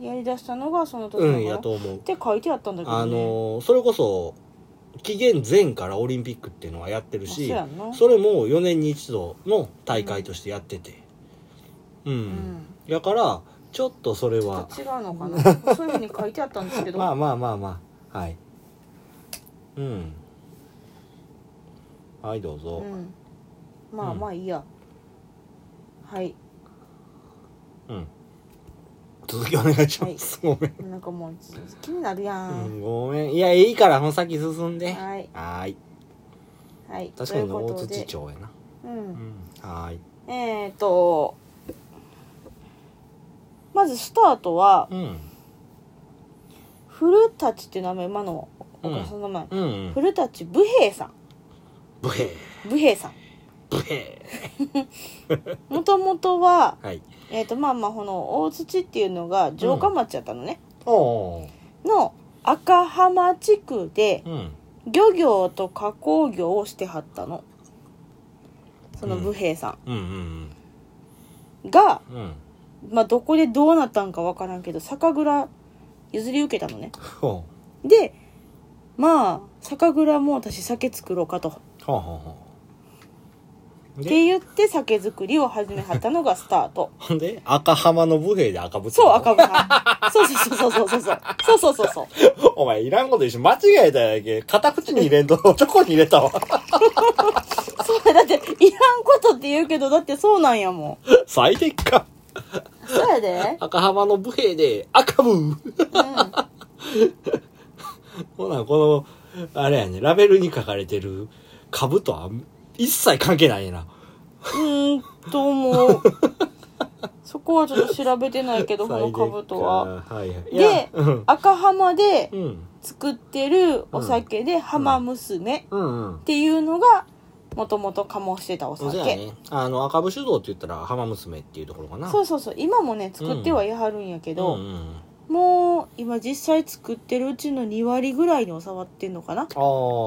[SPEAKER 1] やりだしたのがその年
[SPEAKER 2] う
[SPEAKER 1] の
[SPEAKER 2] んやと思う
[SPEAKER 1] って書いてあったんだけど、ね、
[SPEAKER 2] あのーそれこそ紀元前からオリンピックっていうのはやってる
[SPEAKER 1] まあ
[SPEAKER 2] し
[SPEAKER 1] そうやんな
[SPEAKER 2] それも4年に一度の大会としてやっててうん、
[SPEAKER 1] うん
[SPEAKER 2] だからちょっとそれは
[SPEAKER 1] ちょっと違うのかなそういうふうに書いてあったんですけど、
[SPEAKER 2] まあまあまあまあはいうんはいどう
[SPEAKER 1] う
[SPEAKER 2] ぞ
[SPEAKER 1] ん、まあまあいいや、はい
[SPEAKER 2] うん、続きお願いします、ごめん、
[SPEAKER 1] なんかもう気になるや、
[SPEAKER 2] うんんごめんいやいいからもう先進んでは
[SPEAKER 1] はい
[SPEAKER 2] ーい
[SPEAKER 1] はい
[SPEAKER 2] 確か
[SPEAKER 1] とい
[SPEAKER 2] に
[SPEAKER 1] うこ
[SPEAKER 2] 大
[SPEAKER 1] と
[SPEAKER 2] 槌
[SPEAKER 1] で、
[SPEAKER 2] 町やな
[SPEAKER 1] う、
[SPEAKER 2] うんんはーい
[SPEAKER 1] えっ、ー、とまずスタートは
[SPEAKER 2] うん
[SPEAKER 1] 古舘っていう名前今のお母さんの名前、
[SPEAKER 2] うんうん
[SPEAKER 1] 古舘武兵衛さん
[SPEAKER 2] ブヘ
[SPEAKER 1] 武兵衛さん
[SPEAKER 2] ブヘ
[SPEAKER 1] もともとは
[SPEAKER 2] はい
[SPEAKER 1] えっ、とまあまあこの大土っていうのが城下町やったのね、
[SPEAKER 2] おお
[SPEAKER 1] の赤浜地区で
[SPEAKER 2] うん
[SPEAKER 1] 漁業と加工業をしてはったのその武兵衛さ
[SPEAKER 2] うんうん
[SPEAKER 1] んが、
[SPEAKER 2] うんうん
[SPEAKER 1] まあ、どこでどうなったんかわからんけど酒蔵譲り受けたのね
[SPEAKER 2] ほ
[SPEAKER 1] でまあ酒蔵も私酒作ろうかと
[SPEAKER 2] うほうほうほう
[SPEAKER 1] って
[SPEAKER 2] で
[SPEAKER 1] 言って酒造りを始めはったのがスタート。
[SPEAKER 2] ほんで赤浜の武兵衛で赤ぶつ
[SPEAKER 1] そう、赤部さん。そうそうそうそうそうそう。そうそうそうそう。
[SPEAKER 2] お前いらんこと一緒間違えたやんけ片口に入れんと チョコに入れたわ
[SPEAKER 1] そうだって、いらんことって言うけど、だってそうなんやもん。
[SPEAKER 2] 最適か
[SPEAKER 1] そうやで。
[SPEAKER 2] 赤浜の武兵衛で赤ぶ
[SPEAKER 1] うん。
[SPEAKER 2] ほなこのあれやねラベルに書かれてる株とは一切関係ないな
[SPEAKER 1] うーん、と思 う。そこはちょっと調べてないけど、この兜は。
[SPEAKER 2] 最適かはいはいいや
[SPEAKER 1] で
[SPEAKER 2] うん、
[SPEAKER 1] 赤浜で
[SPEAKER 2] うん
[SPEAKER 1] 作ってるお酒で、浜娘っ
[SPEAKER 2] うんうん
[SPEAKER 1] ていうのが、もともと醸してたお
[SPEAKER 2] そう
[SPEAKER 1] 酒。
[SPEAKER 2] やねあの赤部酒造って言ったら浜娘っていうところかな
[SPEAKER 1] そううそうそう今もね作ってはいはるんやけど、
[SPEAKER 2] んうん、
[SPEAKER 1] もう今実際作ってるうちの2割ぐらいに収まってんのかな
[SPEAKER 2] ああ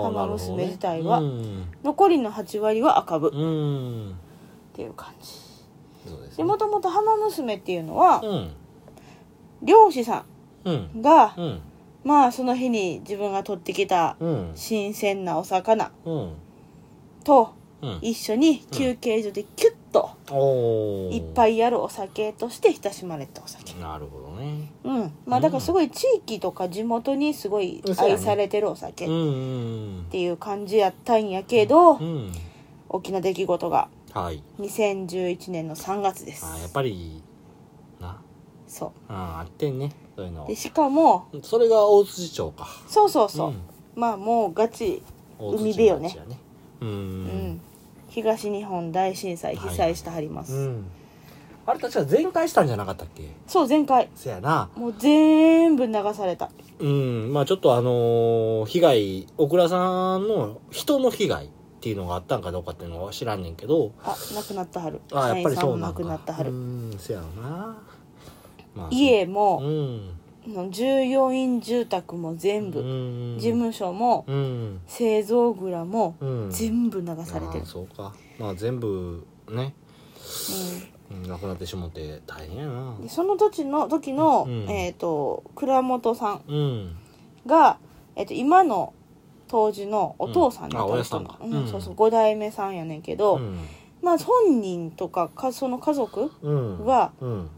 [SPEAKER 1] 浜娘自体は
[SPEAKER 2] うん、
[SPEAKER 1] 残りの8割は赤部っ
[SPEAKER 2] うん、
[SPEAKER 1] ていう感じ
[SPEAKER 2] そうです
[SPEAKER 1] で
[SPEAKER 2] ね
[SPEAKER 1] もともと浜娘っていうのは
[SPEAKER 2] うん
[SPEAKER 1] 漁師さ
[SPEAKER 2] うん
[SPEAKER 1] んが
[SPEAKER 2] うん
[SPEAKER 1] まあその日に自分が取ってきた
[SPEAKER 2] うん
[SPEAKER 1] 新鮮なお魚
[SPEAKER 2] うん
[SPEAKER 1] と
[SPEAKER 2] うん
[SPEAKER 1] 一緒に休憩所でキュッと
[SPEAKER 2] お
[SPEAKER 1] いっ
[SPEAKER 2] い
[SPEAKER 1] ぱいやるお酒として親しまれたお酒
[SPEAKER 2] なるほどね
[SPEAKER 1] うんまあだからすごい地域とか地元にすごい愛されてるお酒
[SPEAKER 2] うんうん
[SPEAKER 1] っていう感じやったんやけど、
[SPEAKER 2] うん
[SPEAKER 1] 大きな出来事が
[SPEAKER 2] はい
[SPEAKER 1] 2011年の3月です
[SPEAKER 2] あーやっぱりな
[SPEAKER 1] そ
[SPEAKER 2] ああってんねそういうの
[SPEAKER 1] うでしかも
[SPEAKER 2] それが大槌町か
[SPEAKER 1] そうそうそう、
[SPEAKER 2] ん
[SPEAKER 1] まあもうガチ、
[SPEAKER 2] 大
[SPEAKER 1] 海
[SPEAKER 2] 槌
[SPEAKER 1] 辺
[SPEAKER 2] 町
[SPEAKER 1] よね
[SPEAKER 2] やねう
[SPEAKER 1] うん
[SPEAKER 2] ん
[SPEAKER 1] 東日本大震災被災してはります、
[SPEAKER 2] うんあれ確か全開したんじゃなかったっけ
[SPEAKER 1] そう前回
[SPEAKER 2] せやな
[SPEAKER 1] もう全部流された
[SPEAKER 2] うん、まあちょっとあのー被害、小倉さんの人の被害っていうのがあったんかどうかっていうのは知らんねんけど、
[SPEAKER 1] あ亡くなったはる
[SPEAKER 2] あやっぱりそう
[SPEAKER 1] も
[SPEAKER 2] な
[SPEAKER 1] 亡
[SPEAKER 2] んか。
[SPEAKER 1] くなったは
[SPEAKER 2] う
[SPEAKER 1] る
[SPEAKER 2] ん、せやろな。まあ、
[SPEAKER 1] 家
[SPEAKER 2] う
[SPEAKER 1] も、
[SPEAKER 2] ん。
[SPEAKER 1] の従業員住宅も全部、
[SPEAKER 2] うん。
[SPEAKER 1] 事務所も、
[SPEAKER 2] うん。
[SPEAKER 1] 製造蔵も、
[SPEAKER 2] うん。
[SPEAKER 1] 全部流されて
[SPEAKER 2] あ
[SPEAKER 1] る
[SPEAKER 2] ー、そうか。まあ全部、ね、
[SPEAKER 1] うん、
[SPEAKER 2] うんなくなってしもって大変やな
[SPEAKER 1] で。その時の時の、
[SPEAKER 2] うん
[SPEAKER 1] えっ、と倉本さん
[SPEAKER 2] うん。
[SPEAKER 1] が、えっと今の当時のお父さん
[SPEAKER 2] うんあおや
[SPEAKER 1] の
[SPEAKER 2] っさんか
[SPEAKER 1] うん
[SPEAKER 2] うん
[SPEAKER 1] そうそう5代目さんやねんけど、
[SPEAKER 2] うん。
[SPEAKER 1] まあ本人とかかその家族
[SPEAKER 2] うん。
[SPEAKER 1] は
[SPEAKER 2] うん。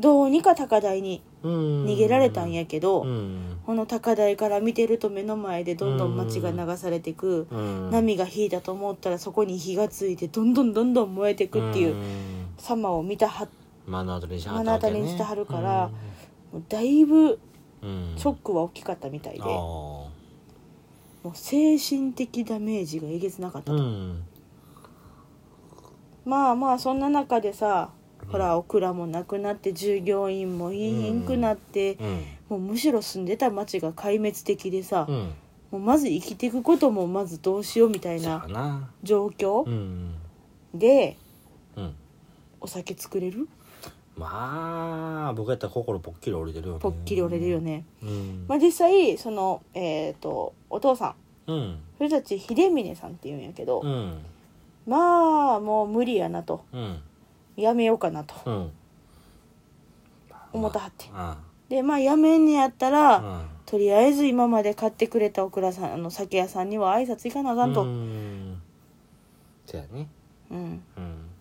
[SPEAKER 1] どうにか高台に
[SPEAKER 2] うん。
[SPEAKER 1] 逃げられたんやけど、
[SPEAKER 2] うん。
[SPEAKER 1] この高台から見てると目の前でどんどん町が流されてく、
[SPEAKER 2] うん。
[SPEAKER 1] 波が引いたと思ったらそこに火がついてどんどんどんどん燃えてくっていう
[SPEAKER 2] うん
[SPEAKER 1] 様を見たは
[SPEAKER 2] 目の当たりにし
[SPEAKER 1] 目の当たりにしてはるから
[SPEAKER 2] うん
[SPEAKER 1] もうだいぶ
[SPEAKER 2] うん
[SPEAKER 1] ショックは大きかったみたいで、
[SPEAKER 2] あー
[SPEAKER 1] もう精神的ダメージがえげつなかったと
[SPEAKER 2] うん
[SPEAKER 1] まあまあそんな中でさほらオクラもなくなって従業員もいいんくなって、
[SPEAKER 2] うん
[SPEAKER 1] もうむしろ住んでた町が壊滅的でさ、
[SPEAKER 2] うん
[SPEAKER 1] もうまず生きていくこともまずどうしようみたい
[SPEAKER 2] じゃ
[SPEAKER 1] な
[SPEAKER 2] あな
[SPEAKER 1] 状況
[SPEAKER 2] うん
[SPEAKER 1] で
[SPEAKER 2] うん
[SPEAKER 1] お酒作れる
[SPEAKER 2] まあ僕やったら心ぽっきり折れてるよね
[SPEAKER 1] ぽっきり折れるよね、
[SPEAKER 2] うん
[SPEAKER 1] まあ、実際そのえっ、とお父さん
[SPEAKER 2] うん
[SPEAKER 1] 古舘秀峰さんっていうんやけど、
[SPEAKER 2] うん
[SPEAKER 1] まあもう無理やなと
[SPEAKER 2] うん
[SPEAKER 1] やめようかなと
[SPEAKER 2] うん
[SPEAKER 1] 思ったはって
[SPEAKER 2] あ
[SPEAKER 1] でまあやめんねやったら、
[SPEAKER 2] あ
[SPEAKER 1] とりあえず今まで買ってくれたオクラさんあの酒屋さんには挨拶行かなあかんと、うん
[SPEAKER 2] んじゃあねうん
[SPEAKER 1] っ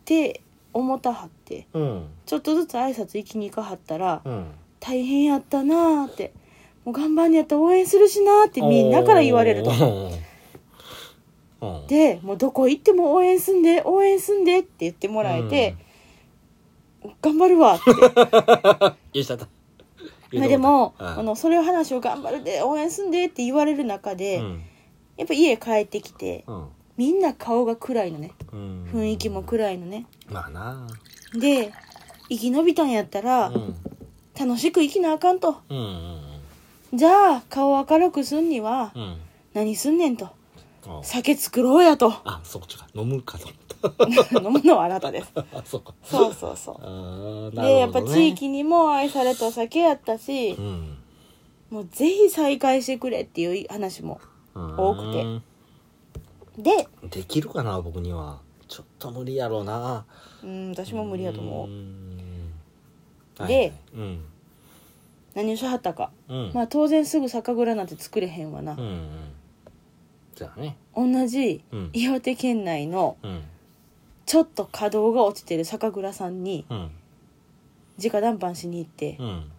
[SPEAKER 1] て思たはって
[SPEAKER 2] うん
[SPEAKER 1] ちょっとずつ挨拶行きに行かはったら、
[SPEAKER 2] うん
[SPEAKER 1] 大変やったなあってもう頑張んねやったら応援するしなあってみんなから言われると
[SPEAKER 2] うん
[SPEAKER 1] でもうどこ行っても応援すんで応援すんでって言ってもらえて、頑張る わって
[SPEAKER 2] 言っちゃった
[SPEAKER 1] まあでも、
[SPEAKER 2] うん
[SPEAKER 1] あのそれを話を頑張るで応援すんでって言われる中で、
[SPEAKER 2] うん
[SPEAKER 1] やっぱ家帰ってきて
[SPEAKER 2] うん
[SPEAKER 1] みんな顔が暗いのね
[SPEAKER 2] うん
[SPEAKER 1] 雰囲気も暗いのね、
[SPEAKER 2] まあな
[SPEAKER 1] で生き延びたんやったら、
[SPEAKER 2] うん
[SPEAKER 1] 楽しく生きなあかんと
[SPEAKER 2] うんうん
[SPEAKER 1] じゃあ顔を明るくすんには
[SPEAKER 2] うんうん
[SPEAKER 1] 何すんねんと
[SPEAKER 2] あ
[SPEAKER 1] 酒作ろうやと
[SPEAKER 2] あそっか飲むかと思
[SPEAKER 1] 飲むのはあなたです
[SPEAKER 2] った あそうか
[SPEAKER 1] そうそうそ
[SPEAKER 2] あー
[SPEAKER 1] う、
[SPEAKER 2] な
[SPEAKER 1] でや
[SPEAKER 2] る
[SPEAKER 1] っ
[SPEAKER 2] ほど
[SPEAKER 1] ぱ
[SPEAKER 2] ね
[SPEAKER 1] 地域にも愛されたお酒やったし
[SPEAKER 2] うん
[SPEAKER 1] もうぜひ再開してくれっていう話も多くてで
[SPEAKER 2] てできるかな僕にはちょっと無理やろうな
[SPEAKER 1] うん私も無理やと思う
[SPEAKER 2] うん
[SPEAKER 1] で
[SPEAKER 2] はいはいうん
[SPEAKER 1] 何をしはったか
[SPEAKER 2] うん
[SPEAKER 1] まあ当然すぐ酒蔵なんて作れへんわな
[SPEAKER 2] うんうんじゃあね
[SPEAKER 1] 同じ
[SPEAKER 2] うん
[SPEAKER 1] 岩手県内の
[SPEAKER 2] うん
[SPEAKER 1] ちちょっと稼働が落ちてる酒蔵さんに
[SPEAKER 2] うん
[SPEAKER 1] 直談判しに行って
[SPEAKER 2] うん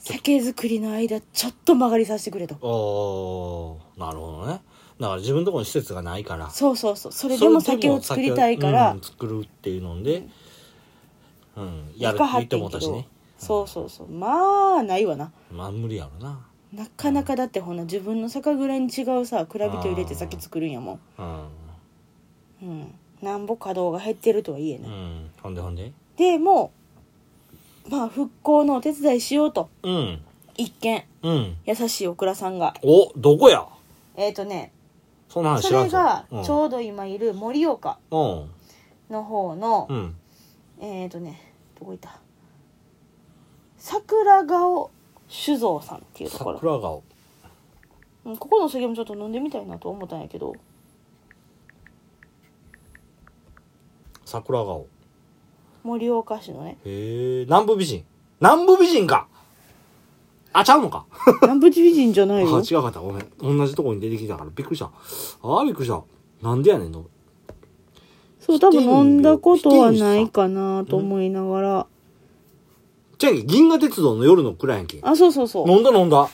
[SPEAKER 1] 酒造りの間ちょっと曲がりさせてくれと
[SPEAKER 2] おーなるほどねだから自分のところに施設がないから
[SPEAKER 1] そうそうそうそれでも酒を作りたいから
[SPEAKER 2] うん作るっていうので、うん、や
[SPEAKER 1] 行
[SPEAKER 2] る
[SPEAKER 1] か
[SPEAKER 2] って
[SPEAKER 1] は
[SPEAKER 2] 言
[SPEAKER 1] っ
[SPEAKER 2] って
[SPEAKER 1] て
[SPEAKER 2] も
[SPEAKER 1] ん
[SPEAKER 2] うた
[SPEAKER 1] け
[SPEAKER 2] し
[SPEAKER 1] ど
[SPEAKER 2] ね
[SPEAKER 1] そうそうそうまあないわな
[SPEAKER 2] まあ無理やろな
[SPEAKER 1] なかなかだってほな自分の酒蔵に違うさ蔵人入れて酒作るんやも
[SPEAKER 2] うん、
[SPEAKER 1] んうんなんぼ稼働が減ってるとは言え
[SPEAKER 2] う
[SPEAKER 1] ない、
[SPEAKER 2] ん、ほんでほんで
[SPEAKER 1] でもうまあ復興のお手伝いしようと
[SPEAKER 2] うん
[SPEAKER 1] 一見
[SPEAKER 2] うん
[SPEAKER 1] 優しいお蔵さんが
[SPEAKER 2] おどこや
[SPEAKER 1] えっ、ー、とね
[SPEAKER 2] そんな話
[SPEAKER 1] そ
[SPEAKER 2] 知ら
[SPEAKER 1] れ
[SPEAKER 2] んぞ
[SPEAKER 1] がちょうど今いる盛岡
[SPEAKER 2] うん
[SPEAKER 1] の方の
[SPEAKER 2] う、ん
[SPEAKER 1] えっ、ー、とねどこいた桜顔酒造さんっていうとこ
[SPEAKER 2] 桜
[SPEAKER 1] ろ、
[SPEAKER 2] 顔
[SPEAKER 1] うん、ここのお酒もちょっと飲んでみたいなと思ったんやけど
[SPEAKER 2] 桜顔
[SPEAKER 1] 盛岡市のね
[SPEAKER 2] へえ南部美人南部美人かあちゃうのか
[SPEAKER 1] 南部美人じゃな
[SPEAKER 2] あ
[SPEAKER 1] いよ
[SPEAKER 2] 違かったごめん同じとこに出てきたからびっくりしたああびっくりしたなんでやねんの
[SPEAKER 1] そう、多分飲んだことはないかなと思いながら。
[SPEAKER 2] じゃあ銀河鉄道の夜のくらいやんけ
[SPEAKER 1] あ、そうそうそう。
[SPEAKER 2] 飲んだ飲んだ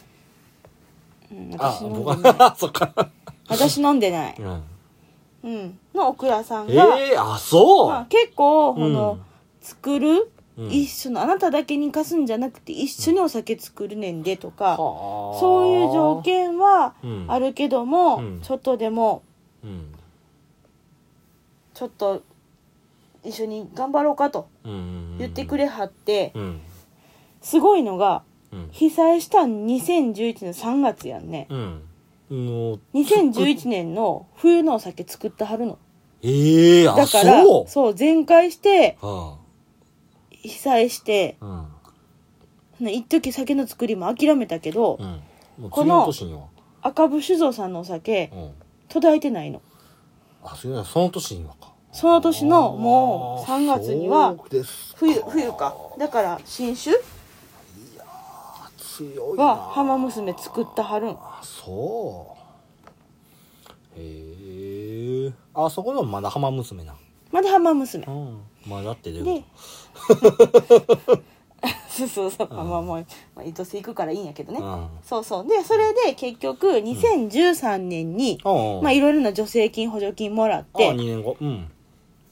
[SPEAKER 1] うん、
[SPEAKER 2] あ
[SPEAKER 1] 私飲ん
[SPEAKER 2] 僕
[SPEAKER 1] でない。
[SPEAKER 2] は そっか
[SPEAKER 1] 私飲んでない。
[SPEAKER 2] うん
[SPEAKER 1] うん。の奥倉さん
[SPEAKER 2] え
[SPEAKER 1] が、
[SPEAKER 2] えあそう、
[SPEAKER 1] まあ、結構、こ
[SPEAKER 2] う
[SPEAKER 1] の
[SPEAKER 2] ん、
[SPEAKER 1] 作る、
[SPEAKER 2] うん
[SPEAKER 1] 一緒の、あなただけに貸すんじゃなくて、一緒にお酒作るねんでとか、
[SPEAKER 2] はあ
[SPEAKER 1] そういう条件は
[SPEAKER 2] うん
[SPEAKER 1] あるけども、
[SPEAKER 2] うん
[SPEAKER 1] ちょっとでも、
[SPEAKER 2] うん
[SPEAKER 1] ちょっと、一緒に頑張ろうかと
[SPEAKER 2] うん
[SPEAKER 1] 言ってくれはって、
[SPEAKER 2] うん
[SPEAKER 1] すごいのが、
[SPEAKER 2] うん
[SPEAKER 1] 被災したん2011年3月やんね。
[SPEAKER 2] うんもう
[SPEAKER 1] 2011年の冬のお酒作ってはるの
[SPEAKER 2] ええあ
[SPEAKER 1] だから
[SPEAKER 2] そう
[SPEAKER 1] 全開して
[SPEAKER 2] は
[SPEAKER 1] 被災して
[SPEAKER 2] あうん
[SPEAKER 1] その一時酒の作りも諦めたけど、
[SPEAKER 2] うんもう
[SPEAKER 1] こ
[SPEAKER 2] 次
[SPEAKER 1] の
[SPEAKER 2] の年には
[SPEAKER 1] 赤部酒造さんのお酒
[SPEAKER 2] うん
[SPEAKER 1] 途絶えてないの
[SPEAKER 2] あそういうのはその年にはか
[SPEAKER 1] その年のもう
[SPEAKER 2] あー
[SPEAKER 1] 3月には
[SPEAKER 2] そうです
[SPEAKER 1] 冬冬かだから新酒
[SPEAKER 2] 強いな
[SPEAKER 1] は浜娘作ったはるん
[SPEAKER 2] あそうへえあそこのまだ浜娘な
[SPEAKER 1] まだ浜娘
[SPEAKER 2] うんまだってどういう
[SPEAKER 1] で
[SPEAKER 2] こ
[SPEAKER 1] そうそうそうまあまあもう、まあ、どうせ行くからいいんやけどね
[SPEAKER 2] とうん
[SPEAKER 1] そうそうでそれで結局2013年に、
[SPEAKER 2] うん
[SPEAKER 1] まあいろいろな助成金補助金もらって
[SPEAKER 2] あ2年後うん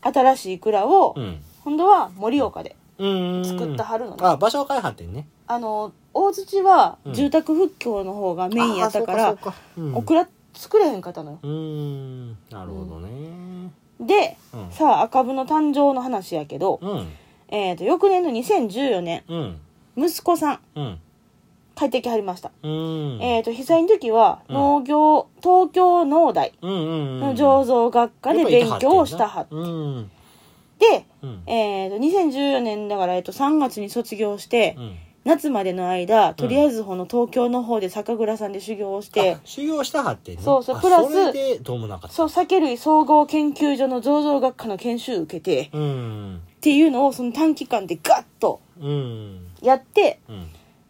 [SPEAKER 1] 新しい蔵を、
[SPEAKER 2] うん
[SPEAKER 1] 今度は盛岡で
[SPEAKER 2] うん
[SPEAKER 1] 作ったはるのね、
[SPEAKER 2] あ場所は開発店ね
[SPEAKER 1] あの大土は
[SPEAKER 2] うん
[SPEAKER 1] 住宅復興の方がメインやったから、
[SPEAKER 2] あーそうかそうか
[SPEAKER 1] オクラ作れへんかったのよ
[SPEAKER 2] うんうんなるほどね
[SPEAKER 1] で、
[SPEAKER 2] うん
[SPEAKER 1] さあ赤部の誕生の話やけど、
[SPEAKER 2] うん
[SPEAKER 1] えー、と翌年の2014年
[SPEAKER 2] うん
[SPEAKER 1] 息子さん
[SPEAKER 2] うん
[SPEAKER 1] 帰ってきはりました、
[SPEAKER 2] うん
[SPEAKER 1] えー、と被災の時は
[SPEAKER 2] うん
[SPEAKER 1] 農業、東京農大
[SPEAKER 2] うんうんうん
[SPEAKER 1] の醸造学科で勉強をしたはっ
[SPEAKER 2] うん
[SPEAKER 1] て、
[SPEAKER 2] うん
[SPEAKER 1] えー、と2014年だから、えー、と3月に卒業して、
[SPEAKER 2] うん
[SPEAKER 1] 夏までの間とりあえずこの東京の方で酒蔵さんで修行をして
[SPEAKER 2] あ、修行したはってね
[SPEAKER 1] そうそう
[SPEAKER 2] あ
[SPEAKER 1] プラス
[SPEAKER 2] それでどうもなかった
[SPEAKER 1] そう酒類総合研究所の醸造学科の研修を受けてっ
[SPEAKER 2] うん
[SPEAKER 1] ていうのをその短期間でガッと
[SPEAKER 2] うん
[SPEAKER 1] やって
[SPEAKER 2] うん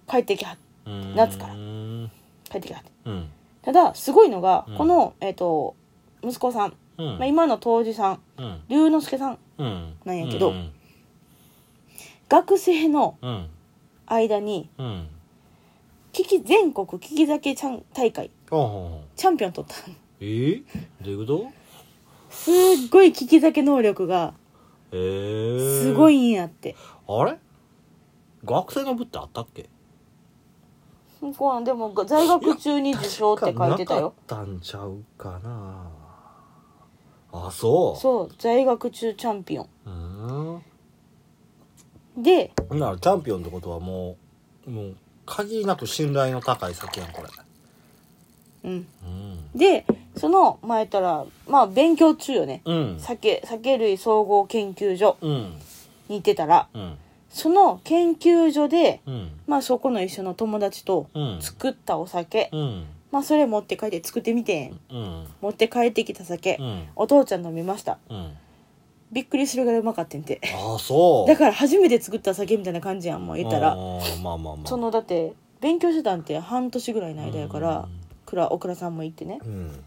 [SPEAKER 1] 帰ってきは
[SPEAKER 2] うん
[SPEAKER 1] 夏から
[SPEAKER 2] うん
[SPEAKER 1] 帰ってきはって
[SPEAKER 2] うん
[SPEAKER 1] ただすごいのが、
[SPEAKER 2] うん
[SPEAKER 1] この、えっと息子さん、
[SPEAKER 2] う
[SPEAKER 1] ま
[SPEAKER 2] ん
[SPEAKER 1] あ、今の当時さん
[SPEAKER 2] うん
[SPEAKER 1] 龍之介さん
[SPEAKER 2] うん
[SPEAKER 1] なんやけど
[SPEAKER 2] うん
[SPEAKER 1] 学生の
[SPEAKER 2] うん
[SPEAKER 1] 間に
[SPEAKER 2] うん
[SPEAKER 1] 聞き全国聞き酒ちゃん大会
[SPEAKER 2] ああ
[SPEAKER 1] チャンピオン取った
[SPEAKER 2] えー、どういうこと
[SPEAKER 1] すっごい聞き酒能力が
[SPEAKER 2] えー、
[SPEAKER 1] すごいんやって、
[SPEAKER 2] あれ学生の部ってあったっけ
[SPEAKER 1] 向こうはでも在学中に受賞って書いてたよ
[SPEAKER 2] 確かなかったんちゃうかなあそう
[SPEAKER 1] そう在学中チャンピオ
[SPEAKER 2] うーん
[SPEAKER 1] ンで
[SPEAKER 2] ほんならチャンピオンってことはもうもう限りなく信頼の高い酒やんこれ
[SPEAKER 1] うん
[SPEAKER 2] うん
[SPEAKER 1] でその前たらまあ勉強中よね
[SPEAKER 2] うん
[SPEAKER 1] 酒酒類総合研究所
[SPEAKER 2] うん
[SPEAKER 1] に行ってたら
[SPEAKER 2] うん
[SPEAKER 1] その研究所で
[SPEAKER 2] うん
[SPEAKER 1] まあそこの一緒の友達と
[SPEAKER 2] うん
[SPEAKER 1] 作ったお酒
[SPEAKER 2] うん
[SPEAKER 1] まあそれ持って帰って作ってみてん
[SPEAKER 2] うん
[SPEAKER 1] 持って帰ってきた酒
[SPEAKER 2] うん
[SPEAKER 1] お父ちゃん飲みました
[SPEAKER 2] うん
[SPEAKER 1] びっくりするぐらいうまかってんて
[SPEAKER 2] ああそう
[SPEAKER 1] だから初めて作った酒みたいな感じやんもう言った
[SPEAKER 2] あ
[SPEAKER 1] ら
[SPEAKER 2] ーまあまあまあ
[SPEAKER 1] そのだって勉強してたんって半年ぐらいの間やから
[SPEAKER 2] うん
[SPEAKER 1] 倉倉さんも行ってね
[SPEAKER 2] うん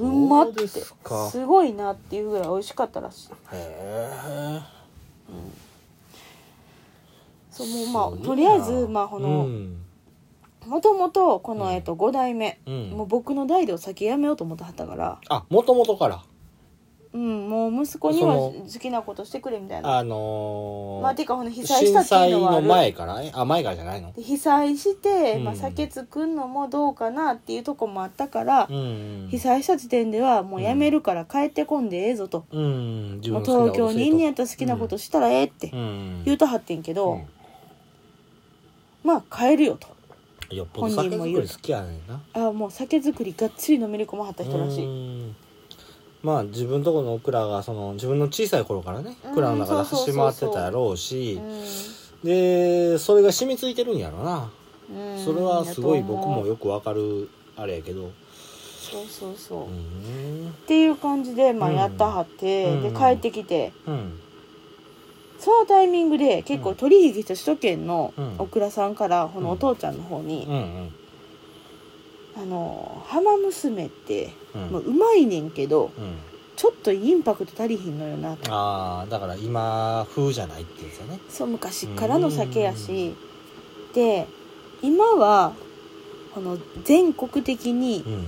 [SPEAKER 1] うまって
[SPEAKER 2] そうですか
[SPEAKER 1] すごいなっていうぐらい美味しかったらしい
[SPEAKER 2] へえ
[SPEAKER 1] そうもうまあとりあえずまあこ
[SPEAKER 2] う
[SPEAKER 1] の
[SPEAKER 2] ん
[SPEAKER 1] もともとこ
[SPEAKER 2] う
[SPEAKER 1] の
[SPEAKER 2] ん
[SPEAKER 1] えっと5代目、
[SPEAKER 2] うん
[SPEAKER 1] もう僕の代でお酒やめようと思ってはったから
[SPEAKER 2] あもともとから
[SPEAKER 1] うんもう息子には
[SPEAKER 2] そ
[SPEAKER 1] 好
[SPEAKER 2] の
[SPEAKER 1] きなことしてくれみたいな
[SPEAKER 2] あのー
[SPEAKER 1] まあていうかほの被災し
[SPEAKER 2] 震
[SPEAKER 1] たって
[SPEAKER 2] 災
[SPEAKER 1] いうのはあ
[SPEAKER 2] の
[SPEAKER 1] る
[SPEAKER 2] 前からえあ前からじゃないの
[SPEAKER 1] で被災して、
[SPEAKER 2] うん
[SPEAKER 1] まあ、酒作んのもどうかなっていうとこもあったから、
[SPEAKER 2] うんうん
[SPEAKER 1] 被災した時点ではもうやめるから帰ってこんでええぞと、
[SPEAKER 2] うん自
[SPEAKER 1] もう
[SPEAKER 2] 分の好
[SPEAKER 1] 東
[SPEAKER 2] きな
[SPEAKER 1] 京
[SPEAKER 2] こと
[SPEAKER 1] にいんねやったら好きなことしたらええって
[SPEAKER 2] うん
[SPEAKER 1] 言うとはってんけど、
[SPEAKER 2] うん
[SPEAKER 1] まあ帰るよと
[SPEAKER 2] よっぽど酒造り好きやねんな
[SPEAKER 1] ああもう酒造りがっつり飲めり込まはった人らしい、
[SPEAKER 2] いまあ自分とこの蔵がその自分の小さい頃からね
[SPEAKER 1] うん
[SPEAKER 2] 蔵の中で走り回ってたやろうし
[SPEAKER 1] う
[SPEAKER 2] でそれが染みついてるんやろな、
[SPEAKER 1] ん
[SPEAKER 2] それはすごい僕も
[SPEAKER 1] よ
[SPEAKER 2] よくわかるあれやけど
[SPEAKER 1] そうそうそう、
[SPEAKER 2] う
[SPEAKER 1] っ
[SPEAKER 2] ん
[SPEAKER 1] ていう感じで、まあ、
[SPEAKER 2] うん
[SPEAKER 1] やったはって、
[SPEAKER 2] う
[SPEAKER 1] で
[SPEAKER 2] ん
[SPEAKER 1] 帰ってきて
[SPEAKER 2] うん
[SPEAKER 1] そのタイミングで結
[SPEAKER 2] う
[SPEAKER 1] 構
[SPEAKER 2] ん
[SPEAKER 1] 取引した首都圏の
[SPEAKER 2] うん
[SPEAKER 1] お倉さんからこの
[SPEAKER 2] うん
[SPEAKER 1] お父ちゃんの方
[SPEAKER 2] う
[SPEAKER 1] に
[SPEAKER 2] んうん
[SPEAKER 1] 「あの浜娘って
[SPEAKER 2] うん
[SPEAKER 1] もううまいねんけど
[SPEAKER 2] うん
[SPEAKER 1] ちょっとインパクト足りひんのよな」と
[SPEAKER 2] ああだから今風じゃないっていうんですよね
[SPEAKER 1] そう昔からの酒やしで今はこの全国的に
[SPEAKER 2] うん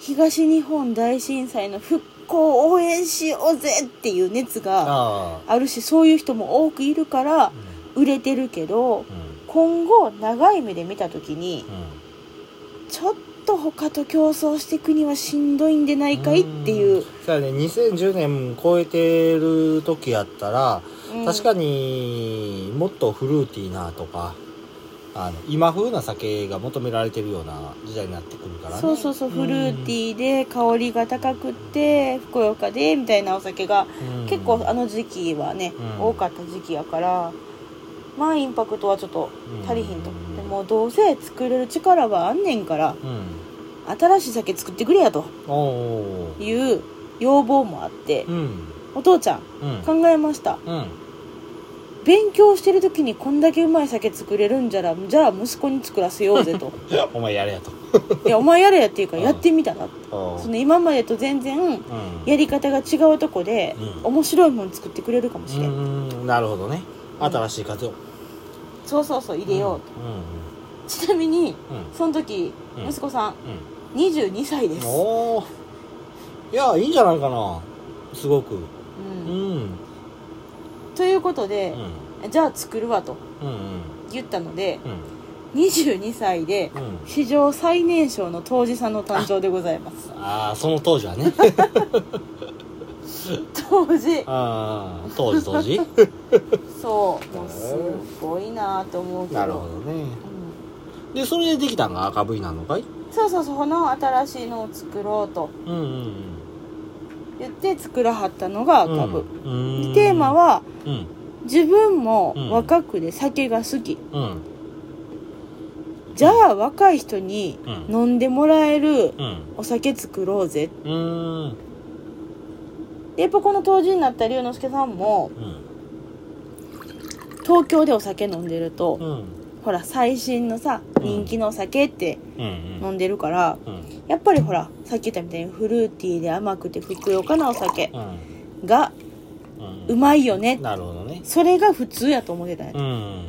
[SPEAKER 1] 東日本大震災の復興を応援しようぜっていう熱が
[SPEAKER 2] ああ
[SPEAKER 1] あるしそういう人も多くいるから
[SPEAKER 2] う
[SPEAKER 1] 売れてるけど
[SPEAKER 2] んうん
[SPEAKER 1] 今後長い目で見た時に
[SPEAKER 2] う
[SPEAKER 1] ちょっと他と競争していくにはしんどいんでない
[SPEAKER 2] ん
[SPEAKER 1] かいっていう、
[SPEAKER 2] そうやね2010年超えてる時やったら確か
[SPEAKER 1] に
[SPEAKER 2] にもっとフルーティーなとかあの今風な酒が求められてるような時代になってくるからね
[SPEAKER 1] そうそうそうフルーテ
[SPEAKER 2] ィ
[SPEAKER 1] ィーで香りが高くってふくよかでみたいなお酒が
[SPEAKER 2] ー
[SPEAKER 1] 結構あの時期はね、
[SPEAKER 2] うん
[SPEAKER 1] 多かった時期やからまあインパクトはちょっと足りひんと、
[SPEAKER 2] うん
[SPEAKER 1] でもどうせ作れる力はあんねんから
[SPEAKER 2] うん
[SPEAKER 1] 新しい酒作ってくれやと
[SPEAKER 2] おおー
[SPEAKER 1] いう要望もあって
[SPEAKER 2] うん
[SPEAKER 1] お父ちゃん
[SPEAKER 2] うん
[SPEAKER 1] 考えました
[SPEAKER 2] うん
[SPEAKER 1] 勉強してる時にこんだけうまい酒作れるんじゃらじゃあ息子に作らせようぜ と
[SPEAKER 2] お前やれやと
[SPEAKER 1] いやお前やれやっていうから
[SPEAKER 2] うん
[SPEAKER 1] やってみたら
[SPEAKER 2] おー
[SPEAKER 1] その今までと全然
[SPEAKER 2] うん
[SPEAKER 1] やり方が違うとこで
[SPEAKER 2] うん
[SPEAKER 1] 面白いもの作ってくれるかもしれん、
[SPEAKER 2] うんなるほどね新しい風を
[SPEAKER 1] そうそうそう入れようと、
[SPEAKER 2] うんうん
[SPEAKER 1] ちなみに
[SPEAKER 2] うん
[SPEAKER 1] その時
[SPEAKER 2] うん
[SPEAKER 1] 息子さん
[SPEAKER 2] うん
[SPEAKER 1] 22歳です、
[SPEAKER 2] おおいやいいんじゃないかなすごく
[SPEAKER 1] う
[SPEAKER 2] うんん
[SPEAKER 1] ということ
[SPEAKER 2] う
[SPEAKER 1] で、
[SPEAKER 2] ん
[SPEAKER 1] じゃあ作るわと
[SPEAKER 2] うん
[SPEAKER 1] 言ったので
[SPEAKER 2] うん
[SPEAKER 1] 22歳で
[SPEAKER 2] うんうん
[SPEAKER 1] 史上最年少の当時さんの誕生でございます
[SPEAKER 2] ああその当時はね
[SPEAKER 1] 当時
[SPEAKER 2] ああ当時当時
[SPEAKER 1] そうもうすごいなと思うけど
[SPEAKER 2] なるほどね
[SPEAKER 1] う
[SPEAKER 2] でそれでできたんが赤 V なのかい
[SPEAKER 1] んそうそうそうこの新しいのを作ろうと
[SPEAKER 2] うんうん
[SPEAKER 1] 言って作らはったのが
[SPEAKER 2] うん
[SPEAKER 1] 赤部、
[SPEAKER 2] うんうん
[SPEAKER 1] でテーマは
[SPEAKER 2] うん
[SPEAKER 1] 自分も
[SPEAKER 2] うん
[SPEAKER 1] 若くで酒が好き、
[SPEAKER 2] うん
[SPEAKER 1] じゃあ若い人に
[SPEAKER 2] うん
[SPEAKER 1] 飲んでもらえる
[SPEAKER 2] うん
[SPEAKER 1] お酒作ろうぜ
[SPEAKER 2] うん
[SPEAKER 1] でやっぱこの当時になった龍之介さんも
[SPEAKER 2] うん
[SPEAKER 1] 東京でお酒飲んでると、
[SPEAKER 2] うん
[SPEAKER 1] ほら最新のさ
[SPEAKER 2] ん
[SPEAKER 1] 人気のお酒って
[SPEAKER 2] うん
[SPEAKER 1] 飲んでるから、
[SPEAKER 2] うん
[SPEAKER 1] やっぱりほらさっき言ったみたいにフルーティーで甘くてふくよかなお酒
[SPEAKER 2] うん
[SPEAKER 1] が
[SPEAKER 2] うん
[SPEAKER 1] うまいよね
[SPEAKER 2] なるほどね
[SPEAKER 1] それが普通やと思ってたんや
[SPEAKER 2] うん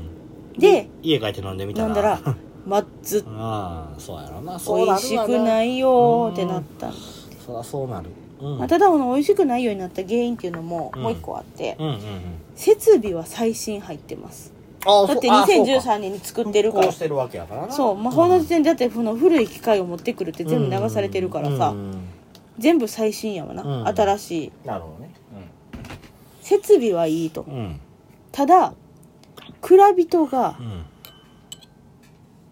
[SPEAKER 1] で
[SPEAKER 2] 家帰って飲んでみた
[SPEAKER 1] 飲
[SPEAKER 2] ら
[SPEAKER 1] んだらまっず
[SPEAKER 2] ああそうやろなそう
[SPEAKER 1] 美
[SPEAKER 2] な
[SPEAKER 1] 味
[SPEAKER 2] る
[SPEAKER 1] し
[SPEAKER 2] わ
[SPEAKER 1] くないよーってなった、
[SPEAKER 2] そりゃそうなるうん
[SPEAKER 1] まあ、ただこの美味しくないようになった原因っていうのも
[SPEAKER 2] うん
[SPEAKER 1] もう一個あって、
[SPEAKER 2] うんうんうん
[SPEAKER 1] 設備は最新入ってます
[SPEAKER 2] ああ
[SPEAKER 1] だって
[SPEAKER 2] そうああそうか
[SPEAKER 1] 2013年に作ってるか
[SPEAKER 2] こ
[SPEAKER 1] ら
[SPEAKER 2] うしてるわけやからな
[SPEAKER 1] そう、まあ、この時点でだってその古い機械を持ってくるって全部流されてるからさ、
[SPEAKER 2] うんうんうん
[SPEAKER 1] 全部最新やわな、
[SPEAKER 2] うん
[SPEAKER 1] 新しい
[SPEAKER 2] なるほどね
[SPEAKER 1] 設備はいいと
[SPEAKER 2] うんうん
[SPEAKER 1] ただ蔵人が
[SPEAKER 2] うん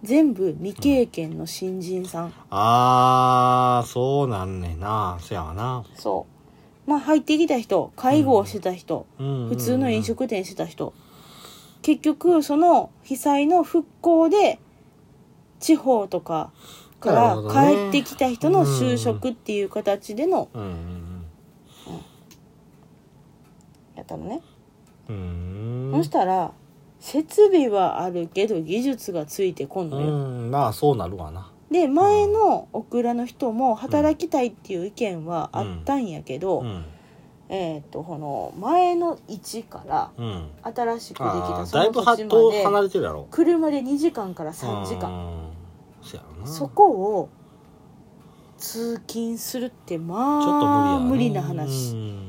[SPEAKER 1] 全部未経験の新人さん、
[SPEAKER 2] ああそうなんねんなそやわな
[SPEAKER 1] そうまあ入ってきた人介護をしてた人、
[SPEAKER 2] 普
[SPEAKER 1] 普通の飲食店してた人、結局その被災の復興で地方とかか
[SPEAKER 2] なるほど
[SPEAKER 1] ら
[SPEAKER 2] ね
[SPEAKER 1] 帰ってきた人の就職っていう形での
[SPEAKER 2] うんうん
[SPEAKER 1] やったのね、
[SPEAKER 2] うんう
[SPEAKER 1] そしたら設備はあるけど技術がついてこんのよ、
[SPEAKER 2] んうんまあそうなるわな
[SPEAKER 1] で前のオクラの人も働きたいっていう意見はあったんやけど、
[SPEAKER 2] うん
[SPEAKER 1] えっ、とこの前の位置から
[SPEAKER 2] うん
[SPEAKER 1] 新しくでき
[SPEAKER 2] あ
[SPEAKER 1] た
[SPEAKER 2] ー
[SPEAKER 1] そ
[SPEAKER 2] だい
[SPEAKER 1] の
[SPEAKER 2] ぶ
[SPEAKER 1] 土地
[SPEAKER 2] 発頭
[SPEAKER 1] ま
[SPEAKER 2] 離
[SPEAKER 1] で
[SPEAKER 2] れてるやろ
[SPEAKER 1] 車で2時間から3時間
[SPEAKER 2] 間そやろな
[SPEAKER 1] そこを通勤するって
[SPEAKER 2] ちょっと
[SPEAKER 1] まあ無
[SPEAKER 2] 無理
[SPEAKER 1] 理
[SPEAKER 2] や
[SPEAKER 1] な
[SPEAKER 2] なう
[SPEAKER 1] 話、
[SPEAKER 2] ん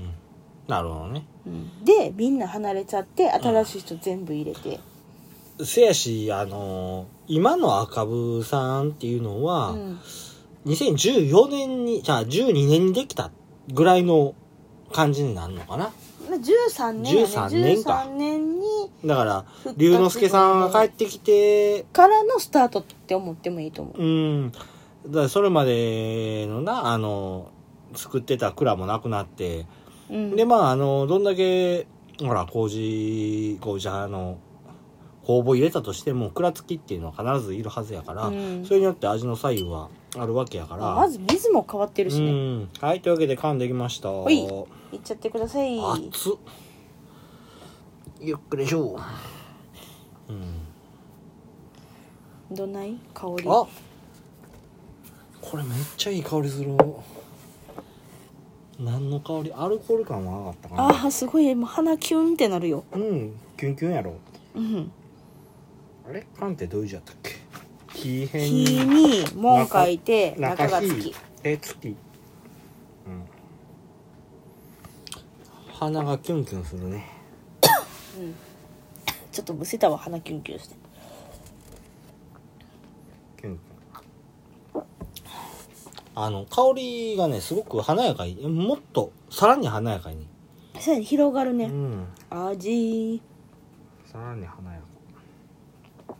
[SPEAKER 2] なるほどね
[SPEAKER 1] うんでみんな離れちゃって新しい人全部入れて、
[SPEAKER 2] せやしあのー今の赤部さんっていうのは、
[SPEAKER 1] うん
[SPEAKER 2] 2014年にじゃあ12年にできたぐらいの感じになるのかな
[SPEAKER 1] まあ、13年やね
[SPEAKER 2] 13年か
[SPEAKER 1] 13年に
[SPEAKER 2] だから
[SPEAKER 1] 復活
[SPEAKER 2] 龍之介さんが帰ってきて
[SPEAKER 1] からのスタートって思ってもいいと思う
[SPEAKER 2] うんだからそれまでのなあの作ってた蔵もなくなって、
[SPEAKER 1] うん、
[SPEAKER 2] でまああのどんだけほら麹麹派の工房入れたとしても蔵付きっていうのは必ずいるはずやから、
[SPEAKER 1] うん
[SPEAKER 2] それによって味の左右はあるわけやから、
[SPEAKER 1] まあまず水も変わってるし
[SPEAKER 2] う
[SPEAKER 1] ね
[SPEAKER 2] んはいというわけで噛んできました
[SPEAKER 1] いいっちゃってください
[SPEAKER 2] 熱っゆっくりしょう、うん、
[SPEAKER 1] どない香り
[SPEAKER 2] あこれめっちゃいい香りする何の香りアルコール感はなかったか
[SPEAKER 1] あ
[SPEAKER 2] な
[SPEAKER 1] ーすごいもう鼻キュンってなるよ
[SPEAKER 2] うんキュンキュンやろ
[SPEAKER 1] うん
[SPEAKER 2] あれ缶ってどういう字やったっけ火
[SPEAKER 1] 「火
[SPEAKER 2] 変
[SPEAKER 1] に門書いて中がつき
[SPEAKER 2] 火え月うん鼻がキュンキュンするね」
[SPEAKER 1] ちょっとむせたわ鼻キュンキュンして
[SPEAKER 2] ケン君あの香りがねすごく華やかにもっとさらに華やかに、
[SPEAKER 1] さらに広がる
[SPEAKER 2] う
[SPEAKER 1] ね
[SPEAKER 2] ん、
[SPEAKER 1] 味
[SPEAKER 2] さらに華やか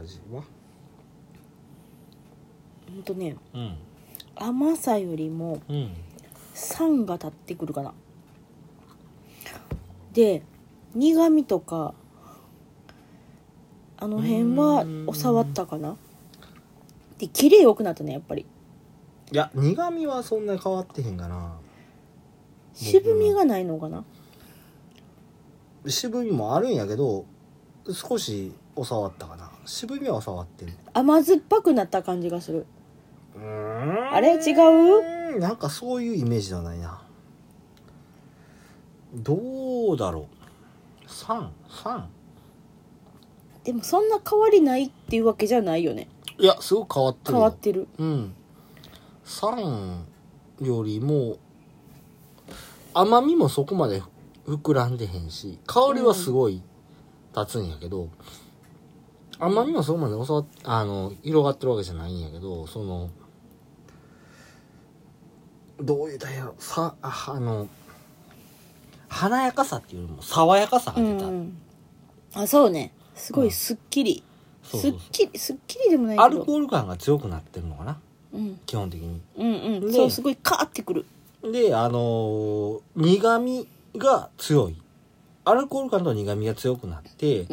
[SPEAKER 2] 味は
[SPEAKER 1] ほんとね
[SPEAKER 2] うん
[SPEAKER 1] 甘さよりも
[SPEAKER 2] うん
[SPEAKER 1] 酸が立ってくるかなで苦味とかあの辺は
[SPEAKER 2] うん
[SPEAKER 1] 収まったかなで綺麗良くなったねやっぱり
[SPEAKER 2] いや苦味はそんなに変わってへんかな
[SPEAKER 1] 渋みがないのかな
[SPEAKER 2] 渋みもあるんやけど少し収まったかな渋みは収まってる
[SPEAKER 1] 甘酸っぱくなった感じがする
[SPEAKER 2] あ
[SPEAKER 1] あれ違
[SPEAKER 2] うなんかそういうイメージではないなどうだろう三三
[SPEAKER 1] でもそんな変わりないっていうわけじゃないよね
[SPEAKER 2] いやすごく変わってる
[SPEAKER 1] 変
[SPEAKER 2] よ
[SPEAKER 1] わってる
[SPEAKER 2] うん三よりも甘みもそこまで膨らんでへんし香りはすごい立つんやけど、甘みもそこまで教わっあの広がってるわけじゃないんやけどそのどういうたらいいんやろさああの華やかさっていうよりも爽やかさが
[SPEAKER 1] う
[SPEAKER 2] 出た、
[SPEAKER 1] んあそうねすごいすっきり、
[SPEAKER 2] そう
[SPEAKER 1] すっ
[SPEAKER 2] そうそう
[SPEAKER 1] きりすっきりでもな
[SPEAKER 2] ア
[SPEAKER 1] いけ
[SPEAKER 2] ル
[SPEAKER 1] ど
[SPEAKER 2] コール感が強くなってるのかな
[SPEAKER 1] うん
[SPEAKER 2] 基本的に
[SPEAKER 1] うんうん
[SPEAKER 2] ね
[SPEAKER 1] そうすごいカーってくる
[SPEAKER 2] であのー苦味が強いアルコール感と苦味が強くなって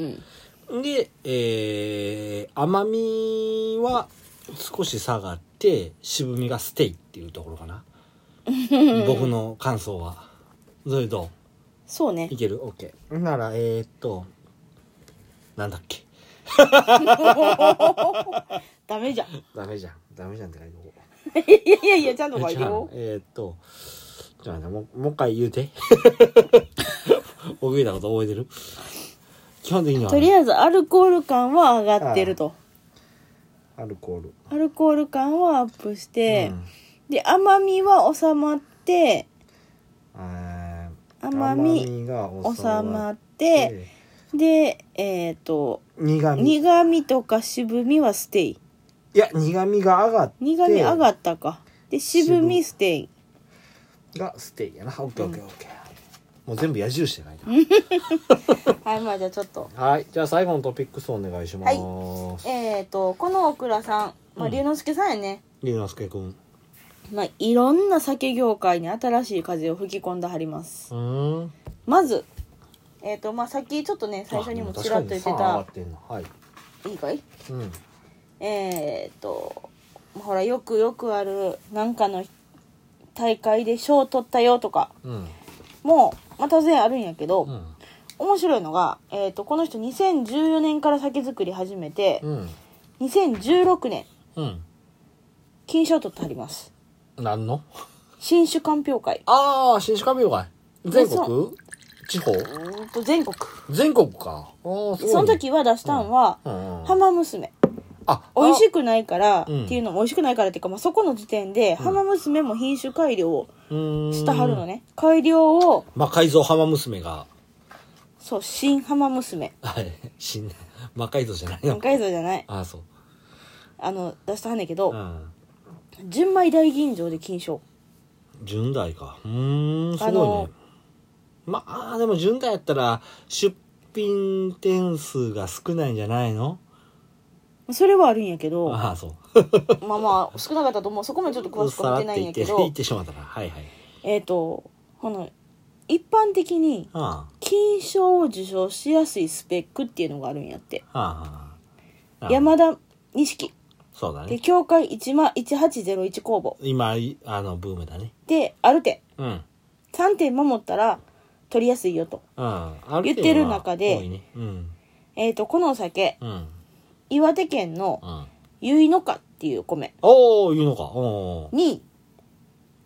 [SPEAKER 1] う、ん
[SPEAKER 2] で、えー、甘みは少し下がって渋みがステイっていうところ かな僕の感想はそれと
[SPEAKER 1] そうね
[SPEAKER 2] いける ?OK ならえー、っとなんだっけ
[SPEAKER 1] ダメじ ゃん。
[SPEAKER 2] ダメじゃんダメじゃんって書いておこう
[SPEAKER 1] いやいやいや、ちゃんと書いて
[SPEAKER 2] じゃあ
[SPEAKER 1] よ。
[SPEAKER 2] えーっと、じゃあね、もう、もう一回言うて。 僕言ったこと覚えてる基本的には、
[SPEAKER 1] とりあえず、アルコール感は上がってると。
[SPEAKER 2] アルコール。
[SPEAKER 1] アルコール感はアップして、
[SPEAKER 2] うん
[SPEAKER 1] で、甘みは収まって、
[SPEAKER 2] えー
[SPEAKER 1] 甘み
[SPEAKER 2] が、
[SPEAKER 1] 収まってて、で、えっ、と、
[SPEAKER 2] 苦味。い
[SPEAKER 1] 苦味とか渋みはステイ。
[SPEAKER 2] や、苦味が上がって、
[SPEAKER 1] 苦味上がったか。で、渋みステイ。
[SPEAKER 2] がステイやな。オッケーオッケーオッケー。もう全部矢印で書いてあ
[SPEAKER 1] はい、まあじゃあちょっと。
[SPEAKER 2] るはい。じゃあ最後のトピックスお願いします。
[SPEAKER 1] えっ、と、このオクラさん、まあ、
[SPEAKER 2] うん
[SPEAKER 1] 龍之介さんやね。
[SPEAKER 2] 龍之介くん。
[SPEAKER 1] まあ、いろんな酒業界に新しい風を吹き込んではります。
[SPEAKER 2] うん。
[SPEAKER 1] まず、えっ、と、まあ、さっきちょっとね、最初にもちらっと言って
[SPEAKER 2] あでも確かにファン上が
[SPEAKER 1] た
[SPEAKER 2] っ、てんのはい。
[SPEAKER 1] いいかい
[SPEAKER 2] うん。
[SPEAKER 1] えっ、と、まあほら、よくよくある、なんかの大会で賞取ったよとか、
[SPEAKER 2] うん。
[SPEAKER 1] もう、まあ、当然あるんやけど、
[SPEAKER 2] うん。
[SPEAKER 1] 面白いのが、えっ、と、この人2014年から酒造り始めて、
[SPEAKER 2] うん。
[SPEAKER 1] 2016年
[SPEAKER 2] うん。
[SPEAKER 1] 金賞とってあります
[SPEAKER 2] 何の
[SPEAKER 1] 新酒鑑評会
[SPEAKER 2] ああ、新種鑑評会。全国地方
[SPEAKER 1] うーんと全国
[SPEAKER 2] 全国か。ああ、すごいね
[SPEAKER 1] その、時は出したんは
[SPEAKER 2] うんうん、
[SPEAKER 1] 浜娘
[SPEAKER 2] あ、
[SPEAKER 1] 美味しくないからっ
[SPEAKER 2] うん
[SPEAKER 1] ていうのも美味しくないからっていうか、まあ、そこの時点で浜娘も品種改良を
[SPEAKER 2] く
[SPEAKER 1] したはるの。ね改良を
[SPEAKER 2] まあ、改造浜娘が、
[SPEAKER 1] そう新浜娘
[SPEAKER 2] はい、死んだ。魔改造じゃないの。
[SPEAKER 1] 改造じゃない
[SPEAKER 2] ああ、そう。
[SPEAKER 1] あの出したはんねんけど、
[SPEAKER 2] うん。
[SPEAKER 1] 純米大吟醸で金賞
[SPEAKER 2] 純大か。うーん、すごい
[SPEAKER 1] あ
[SPEAKER 2] ね
[SPEAKER 1] の。
[SPEAKER 2] まあ、でも純大やったら、出品点数が少ないんじゃないの
[SPEAKER 1] それはあるんやけど
[SPEAKER 2] ああ、そう。
[SPEAKER 1] まあまあ少なかったと思うそこまでちょっと詳しくは見てないんやけ
[SPEAKER 2] さらって言
[SPEAKER 1] ど
[SPEAKER 2] って言ってしまったな。はいはい。
[SPEAKER 1] えっ、とこの一般的に
[SPEAKER 2] あ
[SPEAKER 1] 金賞を受賞しやすいスペックっていうのがあるんやって
[SPEAKER 2] あ、ああ。ああ
[SPEAKER 1] 山田錦
[SPEAKER 2] そうだ
[SPEAKER 1] で
[SPEAKER 2] ね。
[SPEAKER 1] 教会1万1801公募
[SPEAKER 2] 今、いあの、ブームだね。
[SPEAKER 1] である点
[SPEAKER 2] うん。うん。
[SPEAKER 1] 3点守ったら取りやすいよと,、
[SPEAKER 2] ある程度は
[SPEAKER 1] 言ってる中で
[SPEAKER 2] 多いね。うん。
[SPEAKER 1] えー、とこのお酒
[SPEAKER 2] うん。
[SPEAKER 1] 岩手県の
[SPEAKER 2] うん。
[SPEAKER 1] 結いのかっていう米
[SPEAKER 2] おー、言うのか。おー。
[SPEAKER 1] に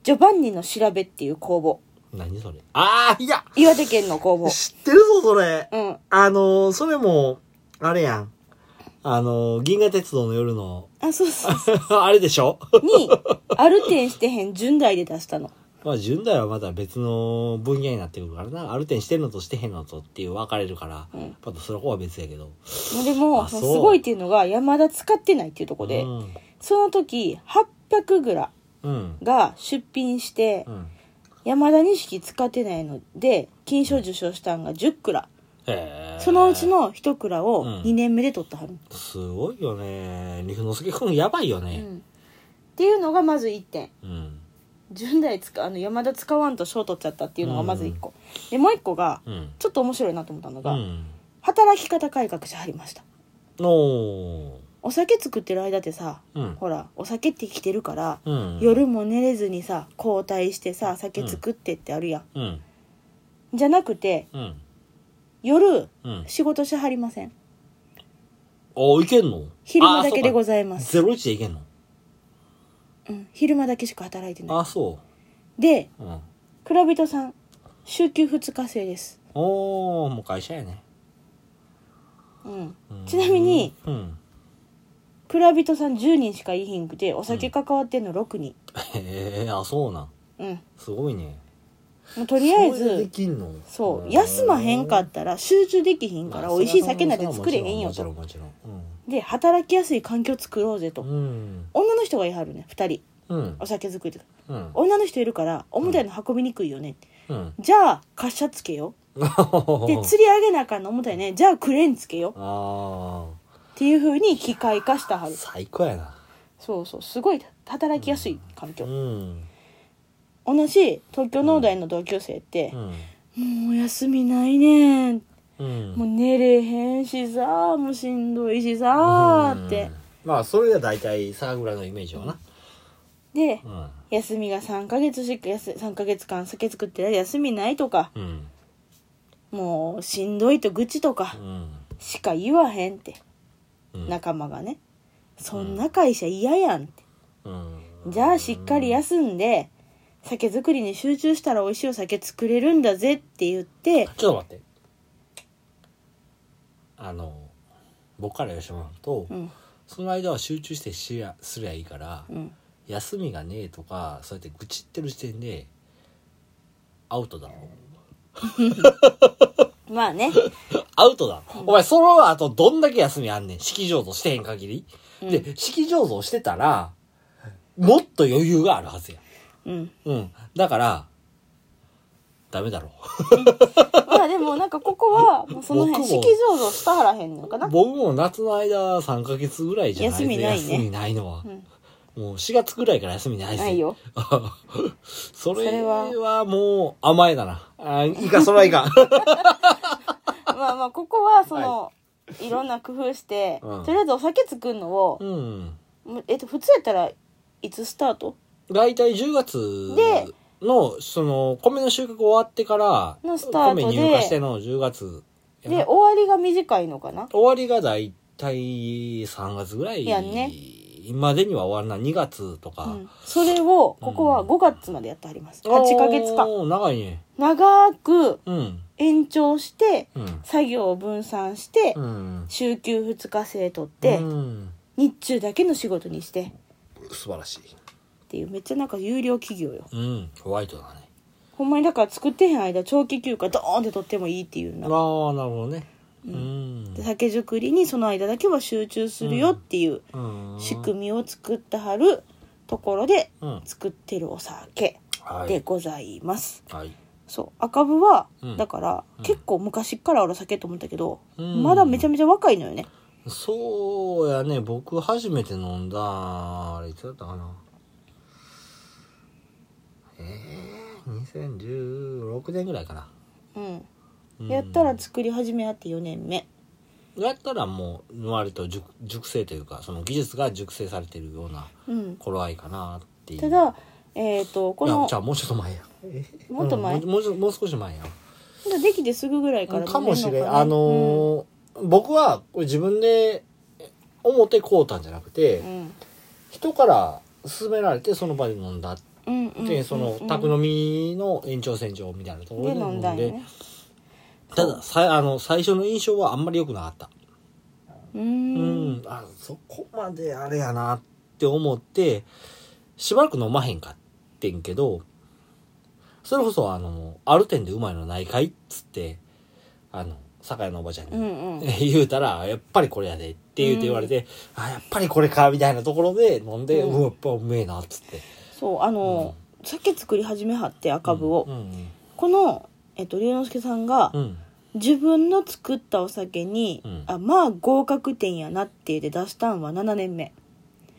[SPEAKER 1] ジョバンニの調べっていう公募
[SPEAKER 2] 何それ。ああ、いや
[SPEAKER 1] 岩手県の公 募
[SPEAKER 2] 知ってるぞ、それ。
[SPEAKER 1] うん
[SPEAKER 2] あのー、それも、あれやん。あのー、銀河鉄道の夜の、
[SPEAKER 1] あそうそうそ
[SPEAKER 2] あれでしょ
[SPEAKER 1] うにある点してへん順代で出したの
[SPEAKER 2] まあ、純代はまた別の分野になってくるからな。ある点してんのとしてへんのとっていう分かれるから、
[SPEAKER 1] うん
[SPEAKER 2] またそこは別やけど。
[SPEAKER 1] でも
[SPEAKER 2] あ
[SPEAKER 1] そ
[SPEAKER 2] そう
[SPEAKER 1] のすごいっていうのが山田使ってないっていうとこで、
[SPEAKER 2] うん。
[SPEAKER 1] その時800グラ
[SPEAKER 2] うん。
[SPEAKER 1] が出品して、
[SPEAKER 2] うん。
[SPEAKER 1] 山田錦使ってないので金賞受賞したんが10蔵
[SPEAKER 2] へえ。
[SPEAKER 1] そのうちの1蔵を
[SPEAKER 2] うん
[SPEAKER 1] 2年目で取ったはる、
[SPEAKER 2] すごいよね。陸之介くんやばいよ
[SPEAKER 1] う
[SPEAKER 2] ね。
[SPEAKER 1] んっていうのがまず1点
[SPEAKER 2] うん。
[SPEAKER 1] 純代使あの山田使わんと賞取っちゃったっていうのがまず1個、でもう1個が
[SPEAKER 2] うん。
[SPEAKER 1] ちょっと面白いなと思ったの
[SPEAKER 2] う
[SPEAKER 1] が、
[SPEAKER 2] ん。
[SPEAKER 1] 働き方改革しはりました
[SPEAKER 2] の
[SPEAKER 1] お酒作ってる間ってさ、
[SPEAKER 2] うん
[SPEAKER 1] ほらお酒って生きてるから、
[SPEAKER 2] うん。
[SPEAKER 1] 夜も寝れずにさ交代してさ酒作ってってあるやん、
[SPEAKER 2] うん。
[SPEAKER 1] じゃなくて
[SPEAKER 2] うん。
[SPEAKER 1] 夜
[SPEAKER 2] うん。
[SPEAKER 1] 仕事しはりません
[SPEAKER 2] おいけんの
[SPEAKER 1] 昼間だけでござい
[SPEAKER 2] ざ
[SPEAKER 1] ます
[SPEAKER 2] ゼロイチでいけんの
[SPEAKER 1] うん、昼間だけしか働いてない
[SPEAKER 2] あ、そ
[SPEAKER 1] で
[SPEAKER 2] う。うん。
[SPEAKER 1] 蔵人さん週休2日制です、
[SPEAKER 2] おー、もう会社やね。
[SPEAKER 1] うん
[SPEAKER 2] うん、
[SPEAKER 1] ちなみに、
[SPEAKER 2] うん。
[SPEAKER 1] 蔵人さん10人しかいひんくてお酒関わってんの6人
[SPEAKER 2] へえ、あ、そうなん。
[SPEAKER 1] うん、
[SPEAKER 2] すごいね。
[SPEAKER 1] もうとりあえ
[SPEAKER 2] それで
[SPEAKER 1] ず
[SPEAKER 2] きんの
[SPEAKER 1] そううん休まへんかったら集中できひんから
[SPEAKER 2] まあ
[SPEAKER 1] 美味しい酒なんて作れへんよ
[SPEAKER 2] もちろ
[SPEAKER 1] と
[SPEAKER 2] ん、もちろん。もちろん
[SPEAKER 1] で働きやすい環境作ろうぜと、
[SPEAKER 2] うん。
[SPEAKER 1] 女の人がいはるね2人
[SPEAKER 2] うん。
[SPEAKER 1] お酒作りとか
[SPEAKER 2] うん。
[SPEAKER 1] 女の人いるから重たいの運びにくいよね、
[SPEAKER 2] うん。
[SPEAKER 1] じゃあ滑車つけよ うで釣り上げなあかんの重たいねじゃあクレーンつけよう
[SPEAKER 2] あ
[SPEAKER 1] っていう風に機械化したは
[SPEAKER 2] あ
[SPEAKER 1] る
[SPEAKER 2] 最高やな。
[SPEAKER 1] そうそうすごい働きやすい環
[SPEAKER 2] う
[SPEAKER 1] 境、
[SPEAKER 2] ん。
[SPEAKER 1] 同じ東京農大の同級生って
[SPEAKER 2] う、ん。
[SPEAKER 1] もう休みないねん
[SPEAKER 2] うん。
[SPEAKER 1] もう寝れへんしさもうしんどいしさって、
[SPEAKER 2] うん。まあ、それが大体、沢倉のイメージはな。
[SPEAKER 1] で
[SPEAKER 2] うん。
[SPEAKER 1] 休みが3ヶ月しかやす3ヶ月間酒作ってる休みないとか
[SPEAKER 2] うん。
[SPEAKER 1] もうしんどいと愚痴とか
[SPEAKER 2] うん。
[SPEAKER 1] しか言わへんって
[SPEAKER 2] うん
[SPEAKER 1] 仲間がねそんな会社嫌やんって
[SPEAKER 2] うん。
[SPEAKER 1] じゃあしっかり休んで酒造りに集中したら美味しいお酒作れるんだぜって言って
[SPEAKER 2] ちょっと待って。あの、僕から言わせてもらうと、
[SPEAKER 1] うん
[SPEAKER 2] その間は集中してしやすりゃいいから、
[SPEAKER 1] うん
[SPEAKER 2] 休みがねえとか、そうやって愚痴ってる時点で、アウトだろ。
[SPEAKER 1] まあ ね
[SPEAKER 2] アウトだろ。お前、その後どんだけ休みあんねん。式醸造してへん限り。
[SPEAKER 1] うん
[SPEAKER 2] で、式醸造してたら、もっと余裕があるはずや。
[SPEAKER 1] うん
[SPEAKER 2] うん。だから、ダメだろ。
[SPEAKER 1] まあでもなんかここ はもうその辺
[SPEAKER 2] 僕も
[SPEAKER 1] 式醸造したはらへんのかな
[SPEAKER 2] 僕も夏の間3ヶ月ぐらいじゃない
[SPEAKER 1] 休みないね
[SPEAKER 2] 休みないのは。
[SPEAKER 1] うん
[SPEAKER 2] もう4月ぐらいから休みないです
[SPEAKER 1] ない。よ
[SPEAKER 2] それ
[SPEAKER 1] それ
[SPEAKER 2] はもう甘えだな。あーいいか、それはいか ん。
[SPEAKER 1] まあまあここはその、い、ろんな工夫して、
[SPEAKER 2] うん
[SPEAKER 1] とりあえずお酒作るのを、
[SPEAKER 2] うん。
[SPEAKER 1] もうえっと普通やったらいつスタート
[SPEAKER 2] 大体10月
[SPEAKER 1] で
[SPEAKER 2] の、その、米の収穫終わってから、
[SPEAKER 1] のスタートで
[SPEAKER 2] 米入荷しての10月やな。
[SPEAKER 1] で終わりが短いのかな
[SPEAKER 2] 終わりが大体3月ぐらい
[SPEAKER 1] やんね
[SPEAKER 2] までには終わらない2月とか、
[SPEAKER 1] うん、それをここは
[SPEAKER 2] うん
[SPEAKER 1] 5月までやってあります8ヶ月間
[SPEAKER 2] おー長いね
[SPEAKER 1] 長く
[SPEAKER 2] うん
[SPEAKER 1] 延長して
[SPEAKER 2] うん
[SPEAKER 1] 作業を分散して
[SPEAKER 2] うん
[SPEAKER 1] 週休2日制取って
[SPEAKER 2] うん、
[SPEAKER 1] 日中だけの仕事にしてっ
[SPEAKER 2] 素晴らしい
[SPEAKER 1] ていうめっちゃなんか有料企業よ
[SPEAKER 2] うんホワイトだね
[SPEAKER 1] ほんまにだから作ってへん間長期休暇ドーンって取ってもいいっていう
[SPEAKER 2] ああ
[SPEAKER 1] な
[SPEAKER 2] なるほどねう
[SPEAKER 1] で
[SPEAKER 2] ん
[SPEAKER 1] 酒造りにその間だけは集中するよっていう
[SPEAKER 2] うん
[SPEAKER 1] 仕組みを作ってはるところで
[SPEAKER 2] うん
[SPEAKER 1] 作ってるお酒
[SPEAKER 2] は
[SPEAKER 1] で
[SPEAKER 2] い
[SPEAKER 1] ございます、
[SPEAKER 2] はい
[SPEAKER 1] そう赤部は
[SPEAKER 2] うん
[SPEAKER 1] だから
[SPEAKER 2] うん
[SPEAKER 1] 結構昔からある酒と思ったけど、
[SPEAKER 2] うん
[SPEAKER 1] まだめちゃめちゃ若いのよね
[SPEAKER 2] そうやね僕初めて飲んだあれいつだったかなえー、2016年ぐらいかな、
[SPEAKER 1] うん
[SPEAKER 2] うん
[SPEAKER 1] やったら作り始めあって4年目
[SPEAKER 2] やったらもう割と熟熟成というかその技術が熟成されてるような
[SPEAKER 1] うん
[SPEAKER 2] 頃合いかなっていう
[SPEAKER 1] ただえっ、とこ
[SPEAKER 2] いや
[SPEAKER 1] の
[SPEAKER 2] じゃあもうちょっと前や
[SPEAKER 1] もっと前
[SPEAKER 2] うんもうちょもう少し前や
[SPEAKER 1] できてすぐぐらいから飲めんの
[SPEAKER 2] かもしれん
[SPEAKER 1] かな
[SPEAKER 2] あのー僕はこれ自分で表買うたんじゃなくて、
[SPEAKER 1] うん
[SPEAKER 2] 人から勧められてその場で飲んだって
[SPEAKER 1] うんうんうん
[SPEAKER 2] で
[SPEAKER 1] うん
[SPEAKER 2] その宅飲みの延長線上みたいなところ
[SPEAKER 1] で
[SPEAKER 2] で飲
[SPEAKER 1] 飲ん
[SPEAKER 2] ん
[SPEAKER 1] だ
[SPEAKER 2] で
[SPEAKER 1] んよね
[SPEAKER 2] たださあの最初の印象はあんまり良くなかった
[SPEAKER 1] う
[SPEAKER 2] うんんあそこまであれやなって思ってしばらく飲まへんかってんけどそれこそあのある店でうまいのないかいっつってあの酒屋のおばちゃん
[SPEAKER 1] う
[SPEAKER 2] に、
[SPEAKER 1] んうん
[SPEAKER 2] 言うたらやっぱりこれやでって言うて言われて、あやっぱりこれかみたいなところで飲んで、
[SPEAKER 1] う
[SPEAKER 2] うんん、やっぱうめえなっつって
[SPEAKER 1] そうあの酒作り始めはって赤部を、
[SPEAKER 2] うん
[SPEAKER 1] この、えっと、龍之介さんが
[SPEAKER 2] うんうん
[SPEAKER 1] 自分の作ったお酒に、
[SPEAKER 2] うん
[SPEAKER 1] あまあ合格点やなって言って出したんは7年目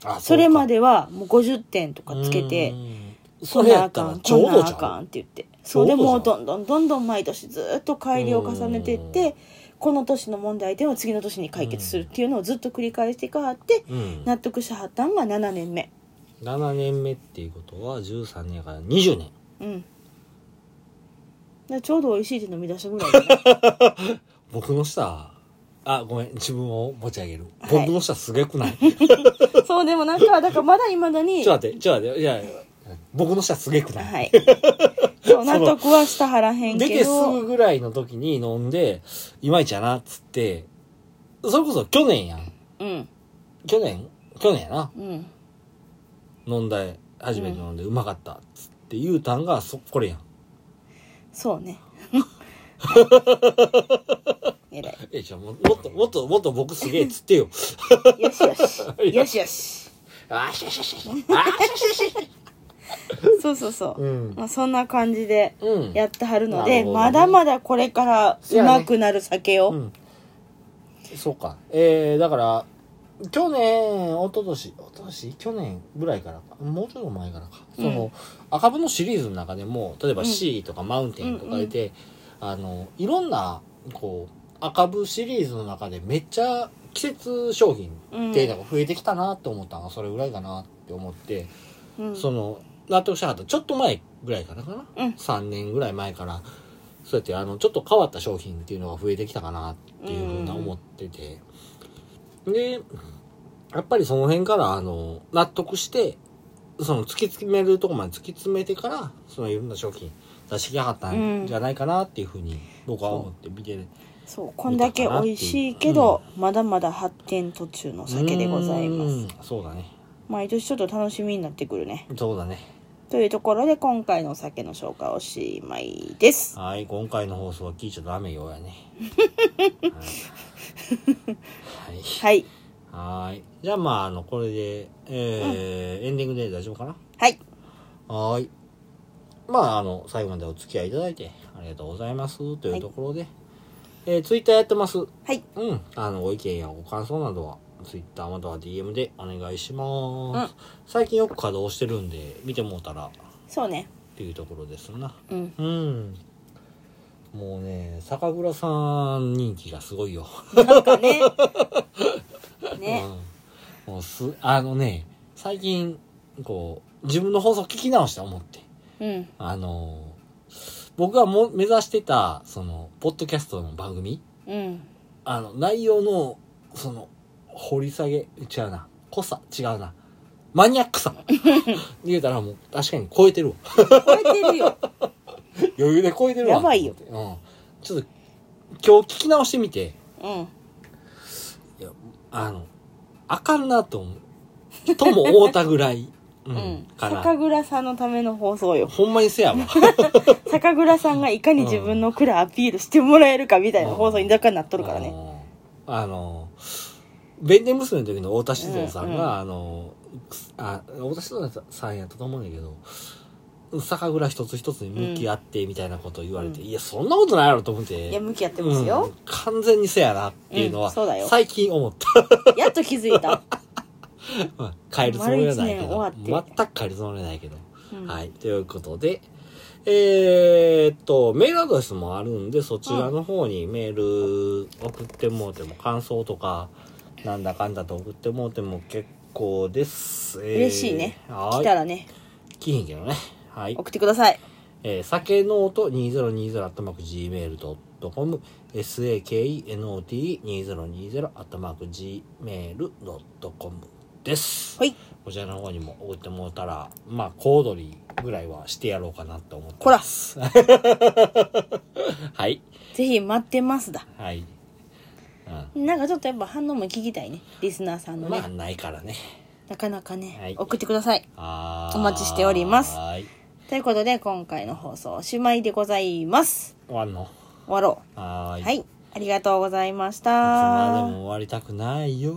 [SPEAKER 2] あうか
[SPEAKER 1] それまではもう50点とかつけて
[SPEAKER 2] うん
[SPEAKER 1] こ
[SPEAKER 2] そ
[SPEAKER 1] ん
[SPEAKER 2] れ
[SPEAKER 1] な
[SPEAKER 2] や
[SPEAKER 1] あ
[SPEAKER 2] った
[SPEAKER 1] からん
[SPEAKER 2] ちょう
[SPEAKER 1] こん
[SPEAKER 2] ど
[SPEAKER 1] な
[SPEAKER 2] じ
[SPEAKER 1] あか
[SPEAKER 2] ゃ
[SPEAKER 1] んっ
[SPEAKER 2] ん
[SPEAKER 1] て言って
[SPEAKER 2] ちょ
[SPEAKER 1] そう
[SPEAKER 2] うど
[SPEAKER 1] で
[SPEAKER 2] じゃん
[SPEAKER 1] もうどんどんどんどん毎年ずっと改良を重ねていってこの年の問題点を次の年に解決するっていうのをずっと繰り返していかはって
[SPEAKER 2] うん
[SPEAKER 1] 納得しはったんが7年目
[SPEAKER 2] 7年目っていうことは13年やから20年
[SPEAKER 1] うんだからちょうど美味しいって飲み出したぐらいかな
[SPEAKER 2] 僕の下あごめん自分を持ち上げる、
[SPEAKER 1] はい
[SPEAKER 2] 僕の下すげ くない
[SPEAKER 1] そうでもなんかだからまだいまだに
[SPEAKER 2] ちょっと待ってちょっと待っていや僕の下すげくない、
[SPEAKER 1] はい。そう、納得はしたはらへん
[SPEAKER 2] 出
[SPEAKER 1] け
[SPEAKER 2] てす
[SPEAKER 1] ど
[SPEAKER 2] ぐ。ぐらいの時に飲んでいまいちやなっつってそれこそ去年やん
[SPEAKER 1] うん。
[SPEAKER 2] 去年去年やな
[SPEAKER 1] うん。
[SPEAKER 2] 飲んだ初めて飲んでうまかったっつって言うたんがそこれやん
[SPEAKER 1] そうね。えらい。
[SPEAKER 2] えじゃあももっともっともっと僕すげえっつってよ
[SPEAKER 1] よしよし。よしよし。
[SPEAKER 2] あしゃしゃしゃしゃ。あしゃしゃしゃ。
[SPEAKER 1] そうそうそう。
[SPEAKER 2] うん
[SPEAKER 1] まあ、そんな感じで
[SPEAKER 2] うん。
[SPEAKER 1] やってはるので、
[SPEAKER 2] なるほどね
[SPEAKER 1] まだまだこれから
[SPEAKER 2] そうやね
[SPEAKER 1] 上手くなる酒を。
[SPEAKER 2] うん。そうか。えー、だから、去年、一昨年、一昨年去年ぐらいからか。もうちょっと前からか。その、赤部のシリーズの中でも、例えば
[SPEAKER 1] うん
[SPEAKER 2] C とかマウンテンとかで、あの、いろんな、こう、赤部シリーズの中でめっちゃ季節商品
[SPEAKER 1] うん
[SPEAKER 2] っていうのが増えてきたなって思ったのがそれぐらいかなって思って、
[SPEAKER 1] うん。
[SPEAKER 2] その納得しなかったちょっと前ぐらいからかな、
[SPEAKER 1] うん
[SPEAKER 2] 3年ぐらい前からそうやってあのちょっと変わった商品っていうのが増えてきたかなっていうふうな思ってて、でやっぱりその辺からあの納得してその突き詰めるとこまで突き詰めてからそのいろんな商品出してきやがったんじゃないかなっていうふうに僕は思って見てる、
[SPEAKER 1] そう、こんだけ美味しいけど、まだまだ発展途中の酒でございます。
[SPEAKER 2] すそうだね
[SPEAKER 1] 毎年ちょっと楽しみになってくるね。
[SPEAKER 2] そうだね
[SPEAKER 1] というところで今回のお酒の紹介おしまいです。
[SPEAKER 2] はい今回の放送は聞いちゃダメよやねはい、はい
[SPEAKER 1] はい。
[SPEAKER 2] はーい。じゃあまあ、あの、これで、えーエンディングで大丈夫かな
[SPEAKER 1] はい。
[SPEAKER 2] はーい。まあ、あの、最後までお付き合いいただいて、ありがとうございます。というところで、えー、ツイッターやってます。う
[SPEAKER 1] はい。
[SPEAKER 2] ん。あの、ご意見やご感想などは、ツイッターまたは DM でお願いします。最近よく稼働してるんで、見てもうたら、っ
[SPEAKER 1] そうね。
[SPEAKER 2] ていうところですな。
[SPEAKER 1] うん。
[SPEAKER 2] うん。もうね、酒蔵さん人気がすごいよ。
[SPEAKER 1] なんか ね。ね。
[SPEAKER 2] うん、 もうすあのね最近こう自分の放送聞き直して思って
[SPEAKER 1] うん。
[SPEAKER 2] あのー僕がも目指してたそのポッドキャストの番組
[SPEAKER 1] うん。
[SPEAKER 2] あの内容のその掘り下げ違うな濃さ違うなマニアック さ言うたらもう確かに超えてるわ
[SPEAKER 1] 超えてるよ。
[SPEAKER 2] 余裕で超えてるわ
[SPEAKER 1] やばいよ
[SPEAKER 2] と思ってうん、ちょっと今日聞き直してみて
[SPEAKER 1] うん。
[SPEAKER 2] いやあのあかんなと思うとも思ったぐ らい、うん
[SPEAKER 1] うん。
[SPEAKER 2] かな
[SPEAKER 1] 酒蔵さんのための放送よ。
[SPEAKER 2] ほんまに せやわ
[SPEAKER 1] 酒蔵さんがいかに自分の蔵アピールしてもらえるかみたいな放送に若干なっとるからね。
[SPEAKER 2] うんあの弁天娘の時の太田静也さんが、
[SPEAKER 1] うんうん
[SPEAKER 2] あのくすあ太田静也さんやったと思うんだけど酒蔵一つ一つに向き合ってみたいなことを言われて、
[SPEAKER 1] う
[SPEAKER 2] いやそんなことないやろと思って
[SPEAKER 1] いや、向き合ってますよ。
[SPEAKER 2] うん完全にせやなっていうの
[SPEAKER 1] う
[SPEAKER 2] は
[SPEAKER 1] んそうだよ
[SPEAKER 2] 最近思った、
[SPEAKER 1] やっと気づいた。
[SPEAKER 2] うん変えるつもりはないけ
[SPEAKER 1] 丸一年終わ
[SPEAKER 2] ど
[SPEAKER 1] って
[SPEAKER 2] 全く変えるつもりはないけど、
[SPEAKER 1] うん
[SPEAKER 2] はいということでえーっとメールアドレスもあるんでそちらの方にメール送ってもうても感想とかなんだかんだと送ってもうても結構です、えー
[SPEAKER 1] 嬉しいね。
[SPEAKER 2] は
[SPEAKER 1] 来た
[SPEAKER 2] い
[SPEAKER 1] らね、
[SPEAKER 2] 来ひんけどねはい
[SPEAKER 1] 送ってください。
[SPEAKER 2] えー、酒ノート 2020-gmail.com sakenote2020-gmail.com です。
[SPEAKER 1] はい。
[SPEAKER 2] こちらの方にも送ってもらったら、まあ、小躍りぐらいはしてやろうかなと思って
[SPEAKER 1] こら
[SPEAKER 2] ま、す。 はい。
[SPEAKER 1] ぜひ待ってますだ。
[SPEAKER 2] はい。う
[SPEAKER 1] なんかちょっとやっぱ反応も聞きたいね。リスナーさんの
[SPEAKER 2] ん。
[SPEAKER 1] ね
[SPEAKER 2] まあ、。ないからね。
[SPEAKER 1] なかなかね、
[SPEAKER 2] はい
[SPEAKER 1] 送ってください。
[SPEAKER 2] あ
[SPEAKER 1] お待ちしております
[SPEAKER 2] はい。
[SPEAKER 1] ということで、今回の放送おしまいでございます。
[SPEAKER 2] 終わんの
[SPEAKER 1] 終わろ
[SPEAKER 2] は
[SPEAKER 1] う。
[SPEAKER 2] ーい。。
[SPEAKER 1] はい
[SPEAKER 2] い
[SPEAKER 1] い。ありがとうございまし
[SPEAKER 2] つ
[SPEAKER 1] た。
[SPEAKER 2] までも終わりたくないよ。